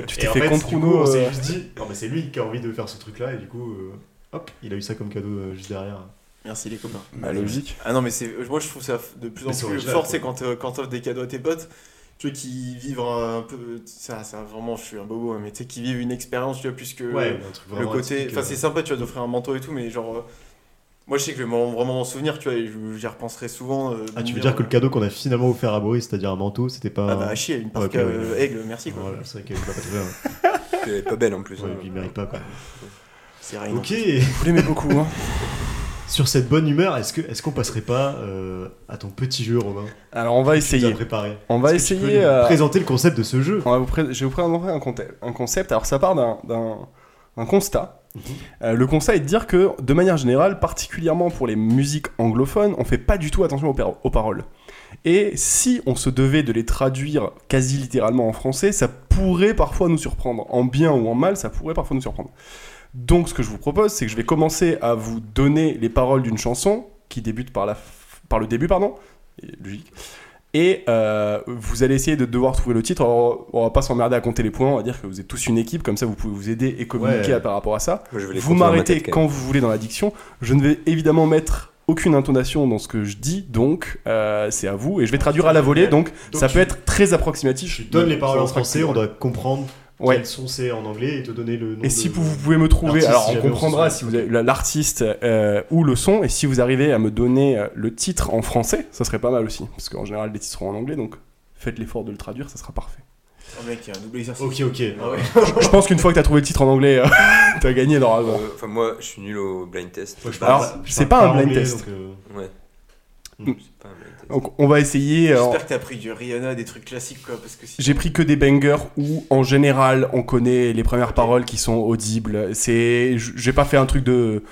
tout.
Tu
Et
t'es
en
fait
fait,
contre
du
ou
coup,
nous
On s'est
euh,
juste dit Non, mais c'est lui qui a envie de faire ce truc-là, et du coup, euh, hop, il a eu ça comme cadeau euh, juste derrière.
Merci les copains.
Bah, logique.
Ah non, mais c'est, moi je trouve ça de plus en
Mais c'est
plus
original,
fort,
quoi.
c'est quand, euh, quand t'offres des cadeaux à tes potes, tu vois, qui vivent un, un peu. Ça, ça, vraiment, je suis un bobo, hein, mais tu sais, qui vivent une expérience, tu vois, plus que
Ouais, un truc
le
vraiment
côté.
atypique,
Enfin,
euh.
c'est sympa, tu vois, d'offrir un manteau et tout, mais genre. euh, moi je sais que je vais m'en- vraiment m'en souvenir, tu vois, et je- j'y repenserai souvent. euh,
Ah,
de
tu veux
me
dire que le cadeau qu'on a finalement offert à Boris, c'est-à-dire un manteau, c'était pas.
Ah bah, à chier, une parka
Ouais, ok, ouais.
euh, aigle, merci quoi.
Voilà, c'est vrai qu'elle est pas très bien.
Elle est pas belle en plus.
Ouais,
hein.
il mérite pas, quoi.
C'est rien.
Ok,
Vous l'aimez beaucoup. hein.
sur cette bonne humeur, est-ce que est-ce qu'on passerait pas euh, à ton petit jeu, Romain
Alors, on va
que Tu as
essayer.
préparé.
On va
Est-ce que tu peux
essayer,
nous
euh,
présenter le concept de ce jeu.
On va vous pré- Je vais vous présenter un conte- un concept. Alors, ça part d'un- d'un d'un constat. Euh, le constat est de dire que, de manière générale, particulièrement pour les musiques anglophones, on fait pas du tout attention aux, par- aux paroles. Et si on se devait de les traduire quasi littéralement en français, ça pourrait parfois nous surprendre. En bien ou en mal, ça pourrait parfois nous surprendre. Donc, ce que je vous propose, c'est que je vais commencer à vous donner les paroles d'une chanson qui débute par, la f- par le début, pardon, Et- logique. Et euh, vous allez essayer de devoir trouver le titre. Alors, on va pas s'emmerder à compter les points. On va dire que vous êtes tous une équipe, comme ça vous pouvez vous aider et communiquer
Ouais.
à- par rapport à ça.
Moi, je vais les
Vous
compter dans ma
m'arrêtez
tête, quand
quand
même.
vous voulez dans la diction. Je ne vais évidemment mettre aucune intonation dans ce que je dis, donc euh, c'est à vous. Et je vais traduire à la volée, donc,
Donc
ça
tu-
peut être très approximatif.
Tu donnes les paroles en
Ça sera
français,
cool.
on doit comprendre
Ouais.
quelles sont c'est en anglais et te donner le nom.
Et si
de-
vous, vous pouvez me trouver,
l'artiste,
alors
si
on
jamais on
comprendra
se
si vous avez la- l'artiste euh, ou le son, et si vous arrivez à me donner euh, le titre en français, ça serait pas mal aussi, parce qu'en général les titres sont en anglais, donc faites l'effort de le traduire, ça sera parfait.
Oh mec, il y a un double exercice.
Ok, ok.
Ah ouais.
Je pense qu'une fois que t'as trouvé le titre en anglais, euh, t'as gagné normalement.
Euh, Enfin, moi, je suis nul au blind test.
Moi, je
Alors,
parle- je
c'est
parle
pas un blind test.
donc, euh,
Ouais.
Mm.
C'est pas un blind test.
Donc on va essayer. euh,
J'espère que t'as pris du Rihanna, des trucs classiques quoi, parce que si.
J'ai pris que des bangers où, en général, on connaît les premières paroles qui sont audibles. C'est, j- j'ai pas fait un truc de.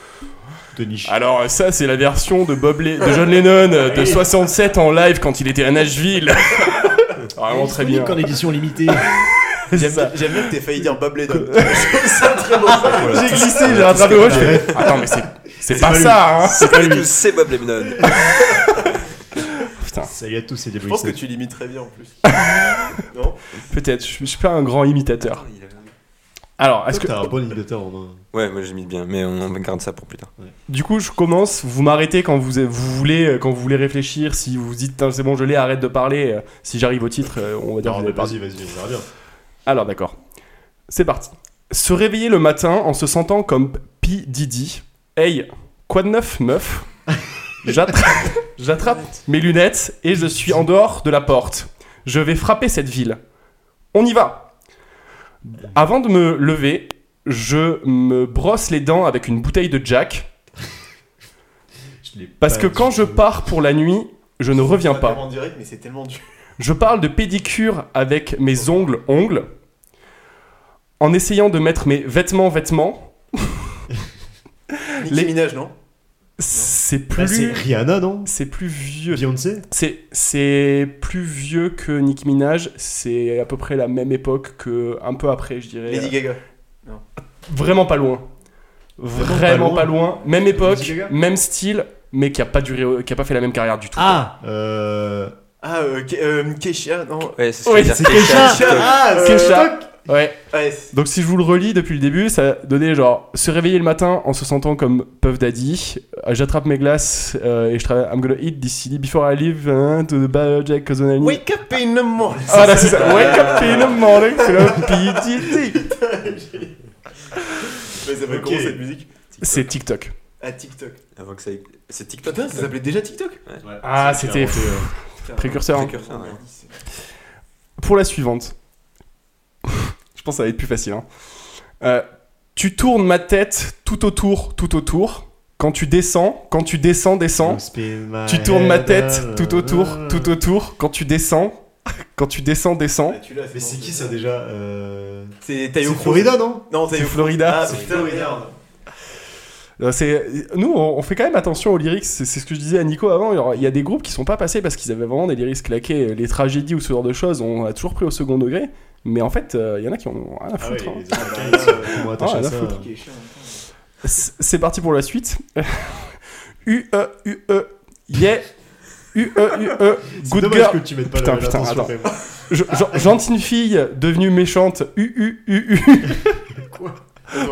de niche.
Alors euh, ça, c'est la version de Bob, Le- de John Lennon euh, de
Oui.
67 en live quand il était à Nashville. Vraiment très bien.
en édition limitée.
C'est
J'aime
ça.
bien j'aime bien que t'aies failli dire Bob Lennon.
J'ai glissé, j'ai rattrapé. Ah, Moi, je fais, Attends, mais c'est, c'est pas,
pas lui.
ça. Hein.
C'est pas lui. C'est Bob Lemnon.
Putain,
Salut à tous, c'est
Je
Diablo
pense que
X.
tu limites très bien en plus. non
peut-être. Je je suis pas un grand imitateur. Alors, est-ce que
T'as un bon imitateur en main.
Ouais, moi j'ai mis bien, mais on on garde ça pour plus tard.
Du coup, je commence. Vous m'arrêtez quand vous, vous voulez, euh, quand vous voulez réfléchir. Si vous vous dites Tain, c'est bon, je l'ai, arrête de parler. Euh, Si j'arrive au titre, euh, on va dire.
Non,
que vous
mais
avez perdu.
vas-y, vas-y, on verra bien.
Alors d'accord. C'est parti. Se réveiller le matin en se sentant comme P Diddy. Hey, quoi de neuf, meuf J'attrape, j'attrape mes lunettes et je suis en dehors de la porte. Je vais frapper cette ville. On y va. Avant de me lever, je me brosse les dents avec une bouteille de Jack.
Je l'ai
Parce
pas
que
dit.
quand je pars pour la nuit, je ne reviens pas.
En direct, mais c'est tellement dur.
Je parle de pédicure avec mes ongles, ongles, en essayant de mettre mes vêtements, vêtements.
Nicki
Les-
Minaj, non
C'est
Bah, c'est
plus,
Rihanna, non
c'est plus vieux.
Beyoncé
C'est, c'est plus vieux que Nicki Minaj. C'est à peu près la même époque que un peu après, je dirais.
Lady Gaga.
Vraiment pas loin. Vraiment,
Vraiment
pas
pas
loin. Même époque,
Lady Gaga
même style, mais qui a pas duré, qui a pas fait la même carrière du tout.
Ah euh...
Ah, euh, Ke- euh, Keisha, non
Ouais, c'est ce
Oui,
que je veux
c'est
dire. Keisha,
Keisha.
Stock.
Ah, euh,
Kesha.
Stock.
Ouais.
Ouais, c'est-
Donc si je vous le relis depuis le début, ça donnait genre se réveiller le matin en se sentant comme Puff Daddy, euh, j'attrape mes glaces euh, et je travaille I'm gonna eat this city before I leave hein, to the bad Jack Cozonani.
Wake up in the morning.
Ah là c'est ça. Wake up in the morning, c'est le PDD.
Mais ça fait
Ok.
comment cette musique
C'est TikTok.
À TikTok.
Avant que ça. C'est TikTok.
Putain, ça s'appelait déjà TikTok
Ah, c'était
inventé, euh,
Putain,
précurseur. hein.
Précurseur, ouais.
Pour la suivante. je pense que ça va être plus facile. hein. Euh, tu tournes ma tête tout autour, tout autour. Quand tu descends, quand tu descends, descends.
Don't spin my
Tu tournes ma
head,
tête
ah,
tout autour,
ah,
tout
ah.
autour. Quand tu descends, quand tu descends, descends.
Ah, tu l'as,
Mais c'est
bon,
qui ça déjà euh...
C'est
C'est
Tayo Cruz.
Florida, non
Non, Tayo
C'est
Cruz.
Florida.
Ah,
C'est
putain,
Florida.
merde.
Euh, C'est nous, on on fait quand même attention aux lyrics. C'est c'est ce que je disais à Nico avant. Il y aura- Il y a des groupes qui sont pas passés parce qu'ils avaient vraiment des lyrics claqués, euh, les tragédies ou ce genre de choses. On a toujours pris au second degré, mais en fait, euh, il y en a qui en ont rien à
Ah ouais,
foutre. hein.
les Américains, ils sont complètement attachés
Ah,
à
la
ça.
foutre.
Keisha, en même temps.
hein. C'est c'est parti pour la suite. U E U E yeah. U E U E
C'est
good
dommage
girl.
que tu mettes pas
Putain,
la
putain,
l'attention
attends.
quand même.
Je- gen- gentille fille devenue méchante. U U U U.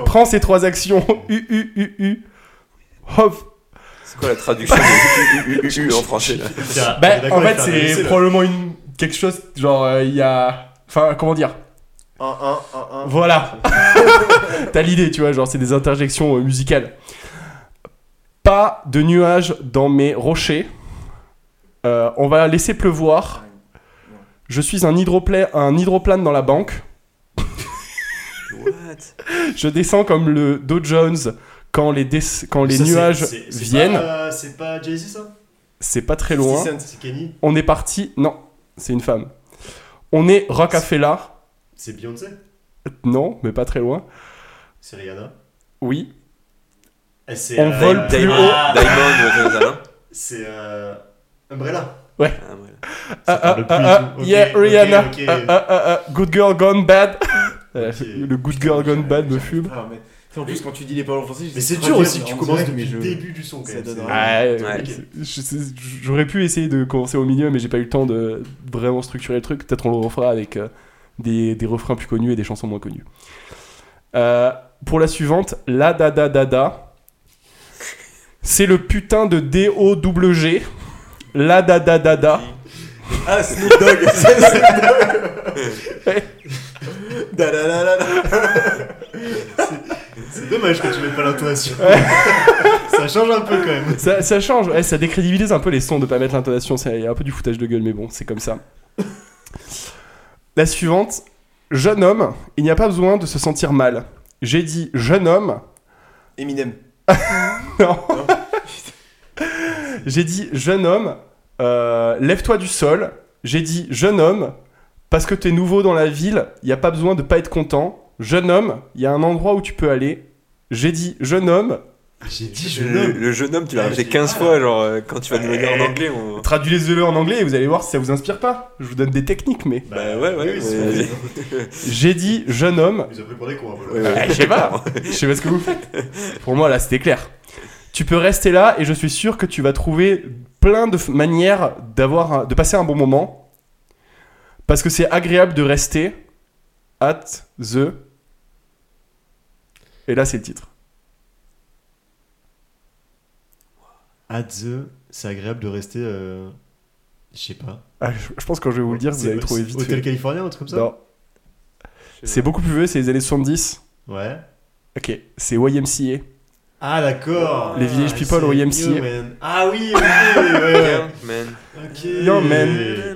Prends ces trois actions. U U U U. Hop.
C'est quoi la traduction de U, U, U, U, U en français là
Tiens, on est
Ben,
Ah, d'accord,
en
il
fait,
fait un
c'est
DLC, là.
probablement une quelque chose genre euh, il y a enfin comment dire
Un, un, un, un.
Voilà. T'as l'idée, tu vois, genre c'est des interjections euh, musicales. Pas de nuages dans mes rochers. Euh, on va laisser pleuvoir. Je suis un, hydropla- un hydroplane dans la banque.
What
Je descends comme le Dow Jones quand les, dess- quand les
Ça, c'est-
nuages
c'est- c'est
viennent.
pas, euh, C'est pas Jay-Z ça
C'est pas très loin.
50 Cent.
C'est Kenny
On est parti. Non, c'est une femme. On est Rockefeller.
C'est Beyoncé
Non, mais pas très loin.
C'est Rihanna
Oui.
Eh, c'est,
On vole plus
Diamond,
haut.
ah,
Diamond, Diamond,
C'est euh, Umbrella.
Ah, voilà.
Ah, ah,
parle plus
ah,
du tout.
ah,
Ok,
yeah,
ok,
Rihanna.
ok.
Ah, ah, ah, ah, good girl gone bad. Euh,
Ok.
Le good girl gone bad me fume.
Ah, mais En plus, quand tu dis les paroles en français,
Mais c'est dur aussi,
que
tu commences depuis
mes
le
jeux.
début du son. quand
Ça
même,
donne
c'est- euh,
rien.
Ah, ouais,
Ouais.
c'est- je sais- J'aurais pu essayer de commencer au milieu, mais j'ai pas eu le temps de vraiment structurer le truc. Peut-être on le refera avec euh, des, des refrains plus connus et des chansons moins connues. Euh, pour la suivante, la da da da da. C'est le putain de D-O-W-G. La da da da da.
Ah, Snoop Dogg C'est Snoop Dogg Da da da da da.
C'est dommage que tu mettes pas l'intonation. Ça change un peu quand même.
Ça, ça change, ouais, ça décrédibilise un peu les sons de pas mettre l'intonation. c'est- Il y a un peu du foutage de gueule, mais bon, c'est comme ça. La suivante. Jeune homme, il n'y a pas besoin de se sentir mal. J'ai dit jeune homme,
Eminem.
Non. J'ai dit jeune homme, euh, lève-toi du sol. J'ai dit jeune homme, parce que t'es nouveau dans la ville, il n'y a pas besoin de pas être content. Jeune homme, il y a un endroit où tu peux aller. J'ai dit jeune homme,
J'ai dit jeune
Le,
homme.
le jeune homme, tu l'as
Ah,
répété
j'ai-
15 fois, genre euh, quand tu vas nous le dire en anglais. On...
traduisez-le en anglais et vous allez voir si ça vous inspire pas. Je vous donne des techniques, mais.
Bah ouais, ouais,
oui,
mais-
c'est-
J'ai dit jeune homme,
Ils ont pris pour des cons, hein, voilà.
Ouais, ouais.
Eh, je sais pas. je sais pas ce que vous faites. Pour moi, là, c'était clair. Tu peux rester là et je suis sûr que tu vas trouver plein de f- manières d'avoir, un- de passer un bon moment. Parce que c'est agréable de rester at the. Et là, c'est le titre.
At the, c'est agréable de rester. euh, Je sais pas.
Ah, je, je pense que quand je vais vous le dire, vous
C'est-
allez trouver
c'est
vite.
Hôtel
fait.
californien, un truc comme ça
Non. C'est beaucoup plus vieux, c'est les années 70.
Ouais.
Ok, c'est YMCA.
Ah d'accord.
Les Village
Ah,
People au
c'est
YMCA.
New Man. Ah oui, ok. ouais, ouais.
Bien, man.
Ok.
Yo, man.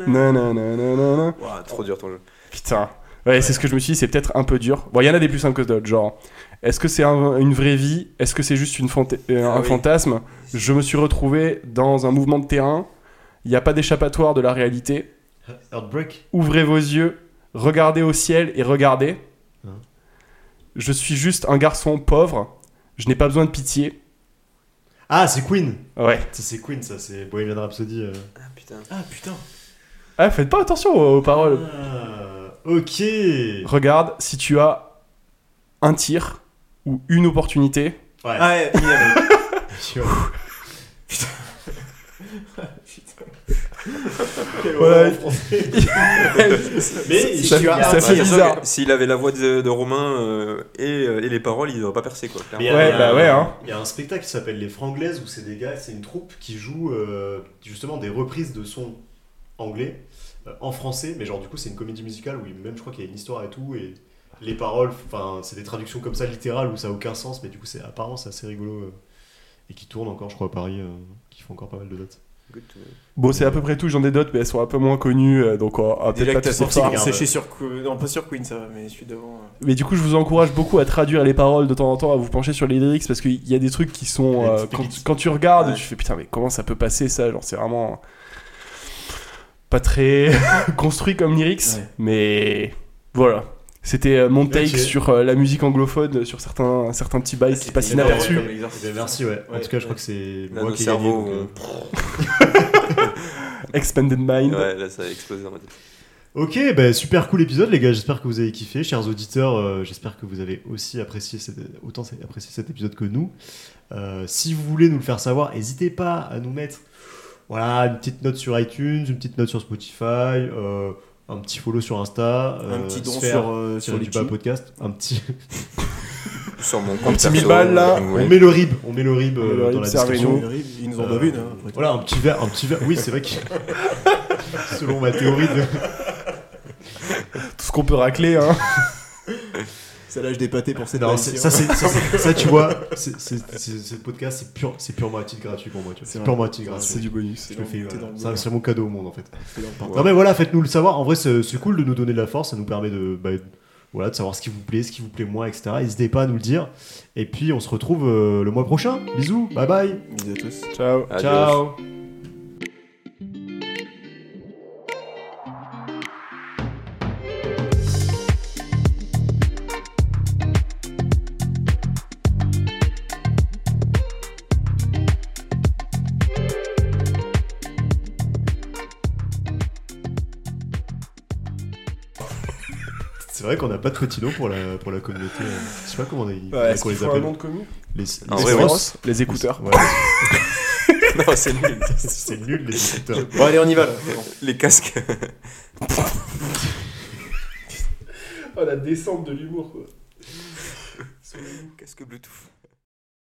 Non, non, non, non, non, non.
Ouah, trop dur ton jeu.
Putain. Ouais, c'est ce que je me suis dit, c'est peut-être un peu dur. Bon, il y en a des plus simples que d'autres, genre, est-ce que c'est un- une vraie vie Est-ce que c'est juste une fanta- euh,
Ah
un
oui.
fantasme Je me suis retrouvé dans un mouvement de terrain, il n'y a pas d'échappatoire de la réalité.
Heartbreak.
Ouvrez vos yeux, regardez au ciel et regardez.
Hein.
Je suis juste un garçon pauvre, je n'ai pas besoin de pitié.
Ah c'est Queen.
Ouais.
Ça c'est Queen, ça c'est Bohemian Rhapsody. euh.
Ah putain.
Ah putain.
Ah, faites pas attention aux, aux paroles.
Ah, ok.
Regarde, si tu as un tir ou une opportunité,
Ouais.
Ah ouais, Eminem.
Yo.
Quel
Voilà.
horreur en français.
Mais
Ça-
tu as-
ça fait
Ah,
bizarre.
sûr que S'il avait la voix de, de Romain euh, et, euh, et les paroles, il n'aurait pas percé quoi. clairement.
Mais,
Ouais,
euh,
bah ouais, hein.
Il y a un spectacle qui s'appelle Les Franglaises où c'est des gars, c'est une troupe qui joue euh, justement des reprises de sons anglais euh, en français, mais genre du coup c'est une comédie musicale où il- même je crois qu'il y a une histoire et tout et les paroles, enfin c'est des traductions comme ça littérales où ça a aucun sens, mais du coup c'est apparemment c'est assez rigolo euh, et qui tourne encore je crois à Paris, euh, qui font encore pas mal de dates.
Good to-
Bon, c'est à peu près tout, j'en ai d'autres, mais elles sont un peu moins connues, euh, donc on va
Déjà
peut-être
que
pas
t'as
tous les
sorti
faire.
regarde.
séché sur Queen. Non, pas sur Queen, ça va, mais celui d'avant. euh.
Mais du coup, je vous encourage beaucoup à traduire les paroles de temps en temps, à vous pencher sur les lyrics, parce qu'il y a des trucs qui sont...
Les
euh,
petites
quand,
pépites.
quand tu regardes,
Ouais.
tu fais, putain, mais comment ça peut passer, ça Genre, c'est vraiment... Pas très construit comme lyrics,
Ouais.
mais... Voilà. C'était euh, mon take
Ok.
sur euh, la musique anglophone, euh, sur certains, certains petits bails qui passent
c'était énorme.
inaperçus.
Ouais.
Eh
ben,
bien, merci ouais. En
Ouais,
tout cas je
ouais.
crois que c'est
Là,
moi
nos
qui ai gagné.
cerveaux
donc, euh,
vont-
Expanded Mind.
Ouais, là ça a explosé dans ma tête.
Ok, bah, super cool épisode les gars, j'espère que vous avez kiffé. Chers auditeurs, euh, j'espère que vous avez aussi apprécié, cet- autant apprécié cet épisode que nous. Euh, si vous voulez nous le faire savoir, n'hésitez pas à nous mettre voilà, une petite note sur iTunes, une petite note sur Spotify, euh, un petit follow sur Insta, euh,
Un petit don
Sphère,
sur, euh, sur
tirer du bas
Litchi.
podcast, un petit...
Sur mon
Un
compte
petit mille
perso,
balles, là.
donc,
on
ouais.
met le rib, on met le rib,
On met
euh,
le rib,
dans la
servez-nous.
description.
Ils nous en
Euh,
doivent une. hein, après tout.
Voilà, un petit verre, un petit verre. Oui, c'est vrai que selon ma théorie de
Tout ce qu'on peut racler, hein.
Ça lâche des pâtés pour cette
Non, c'est-
émission.
ça, c'est- ça, c'est- ça, tu vois, c'est- c'est- c'est- ce podcast, c'est pure- c'est purement à titre gratuit pour moi. tu vois.
C'est
C'est
vrai.
purement à titre
C'est
gratuit.
du bonus.
Je le
dans-
fais,
t'es
voilà.
dans le
Ça,
bon.
C'est mon cadeau au monde en fait.
C'est leur part.
Ouais.
Non mais voilà, faites-nous le savoir. En vrai, c'est c'est cool de nous donner de la force. Ça nous permet de, bah, voilà, de savoir ce qui vous plaît, ce qui vous plaît moins, etc. N'hésitez pas à nous le dire. Et puis, on se retrouve euh, le mois prochain. Bisous, bye bye.
Bisous à tous.
Ciao.
Adios.
Ciao. C'est vrai qu'on n'a pas de petit nom pour la, pour la communauté. euh, Je sais pas comment on, a-
Ouais,
qu'on
Est-ce qu'il
les
faut un nom
appelle.
de commu
Les,
En
les-
vrai,
les-
ouais.
Les écouteurs.
Ouais,
non, c'est nul.
c'est nul les écouteurs.
Bon, allez, on y va là. C'est bon.
Les casques.
Oh, la descente de l'humour, quoi.
Casque Bluetooth.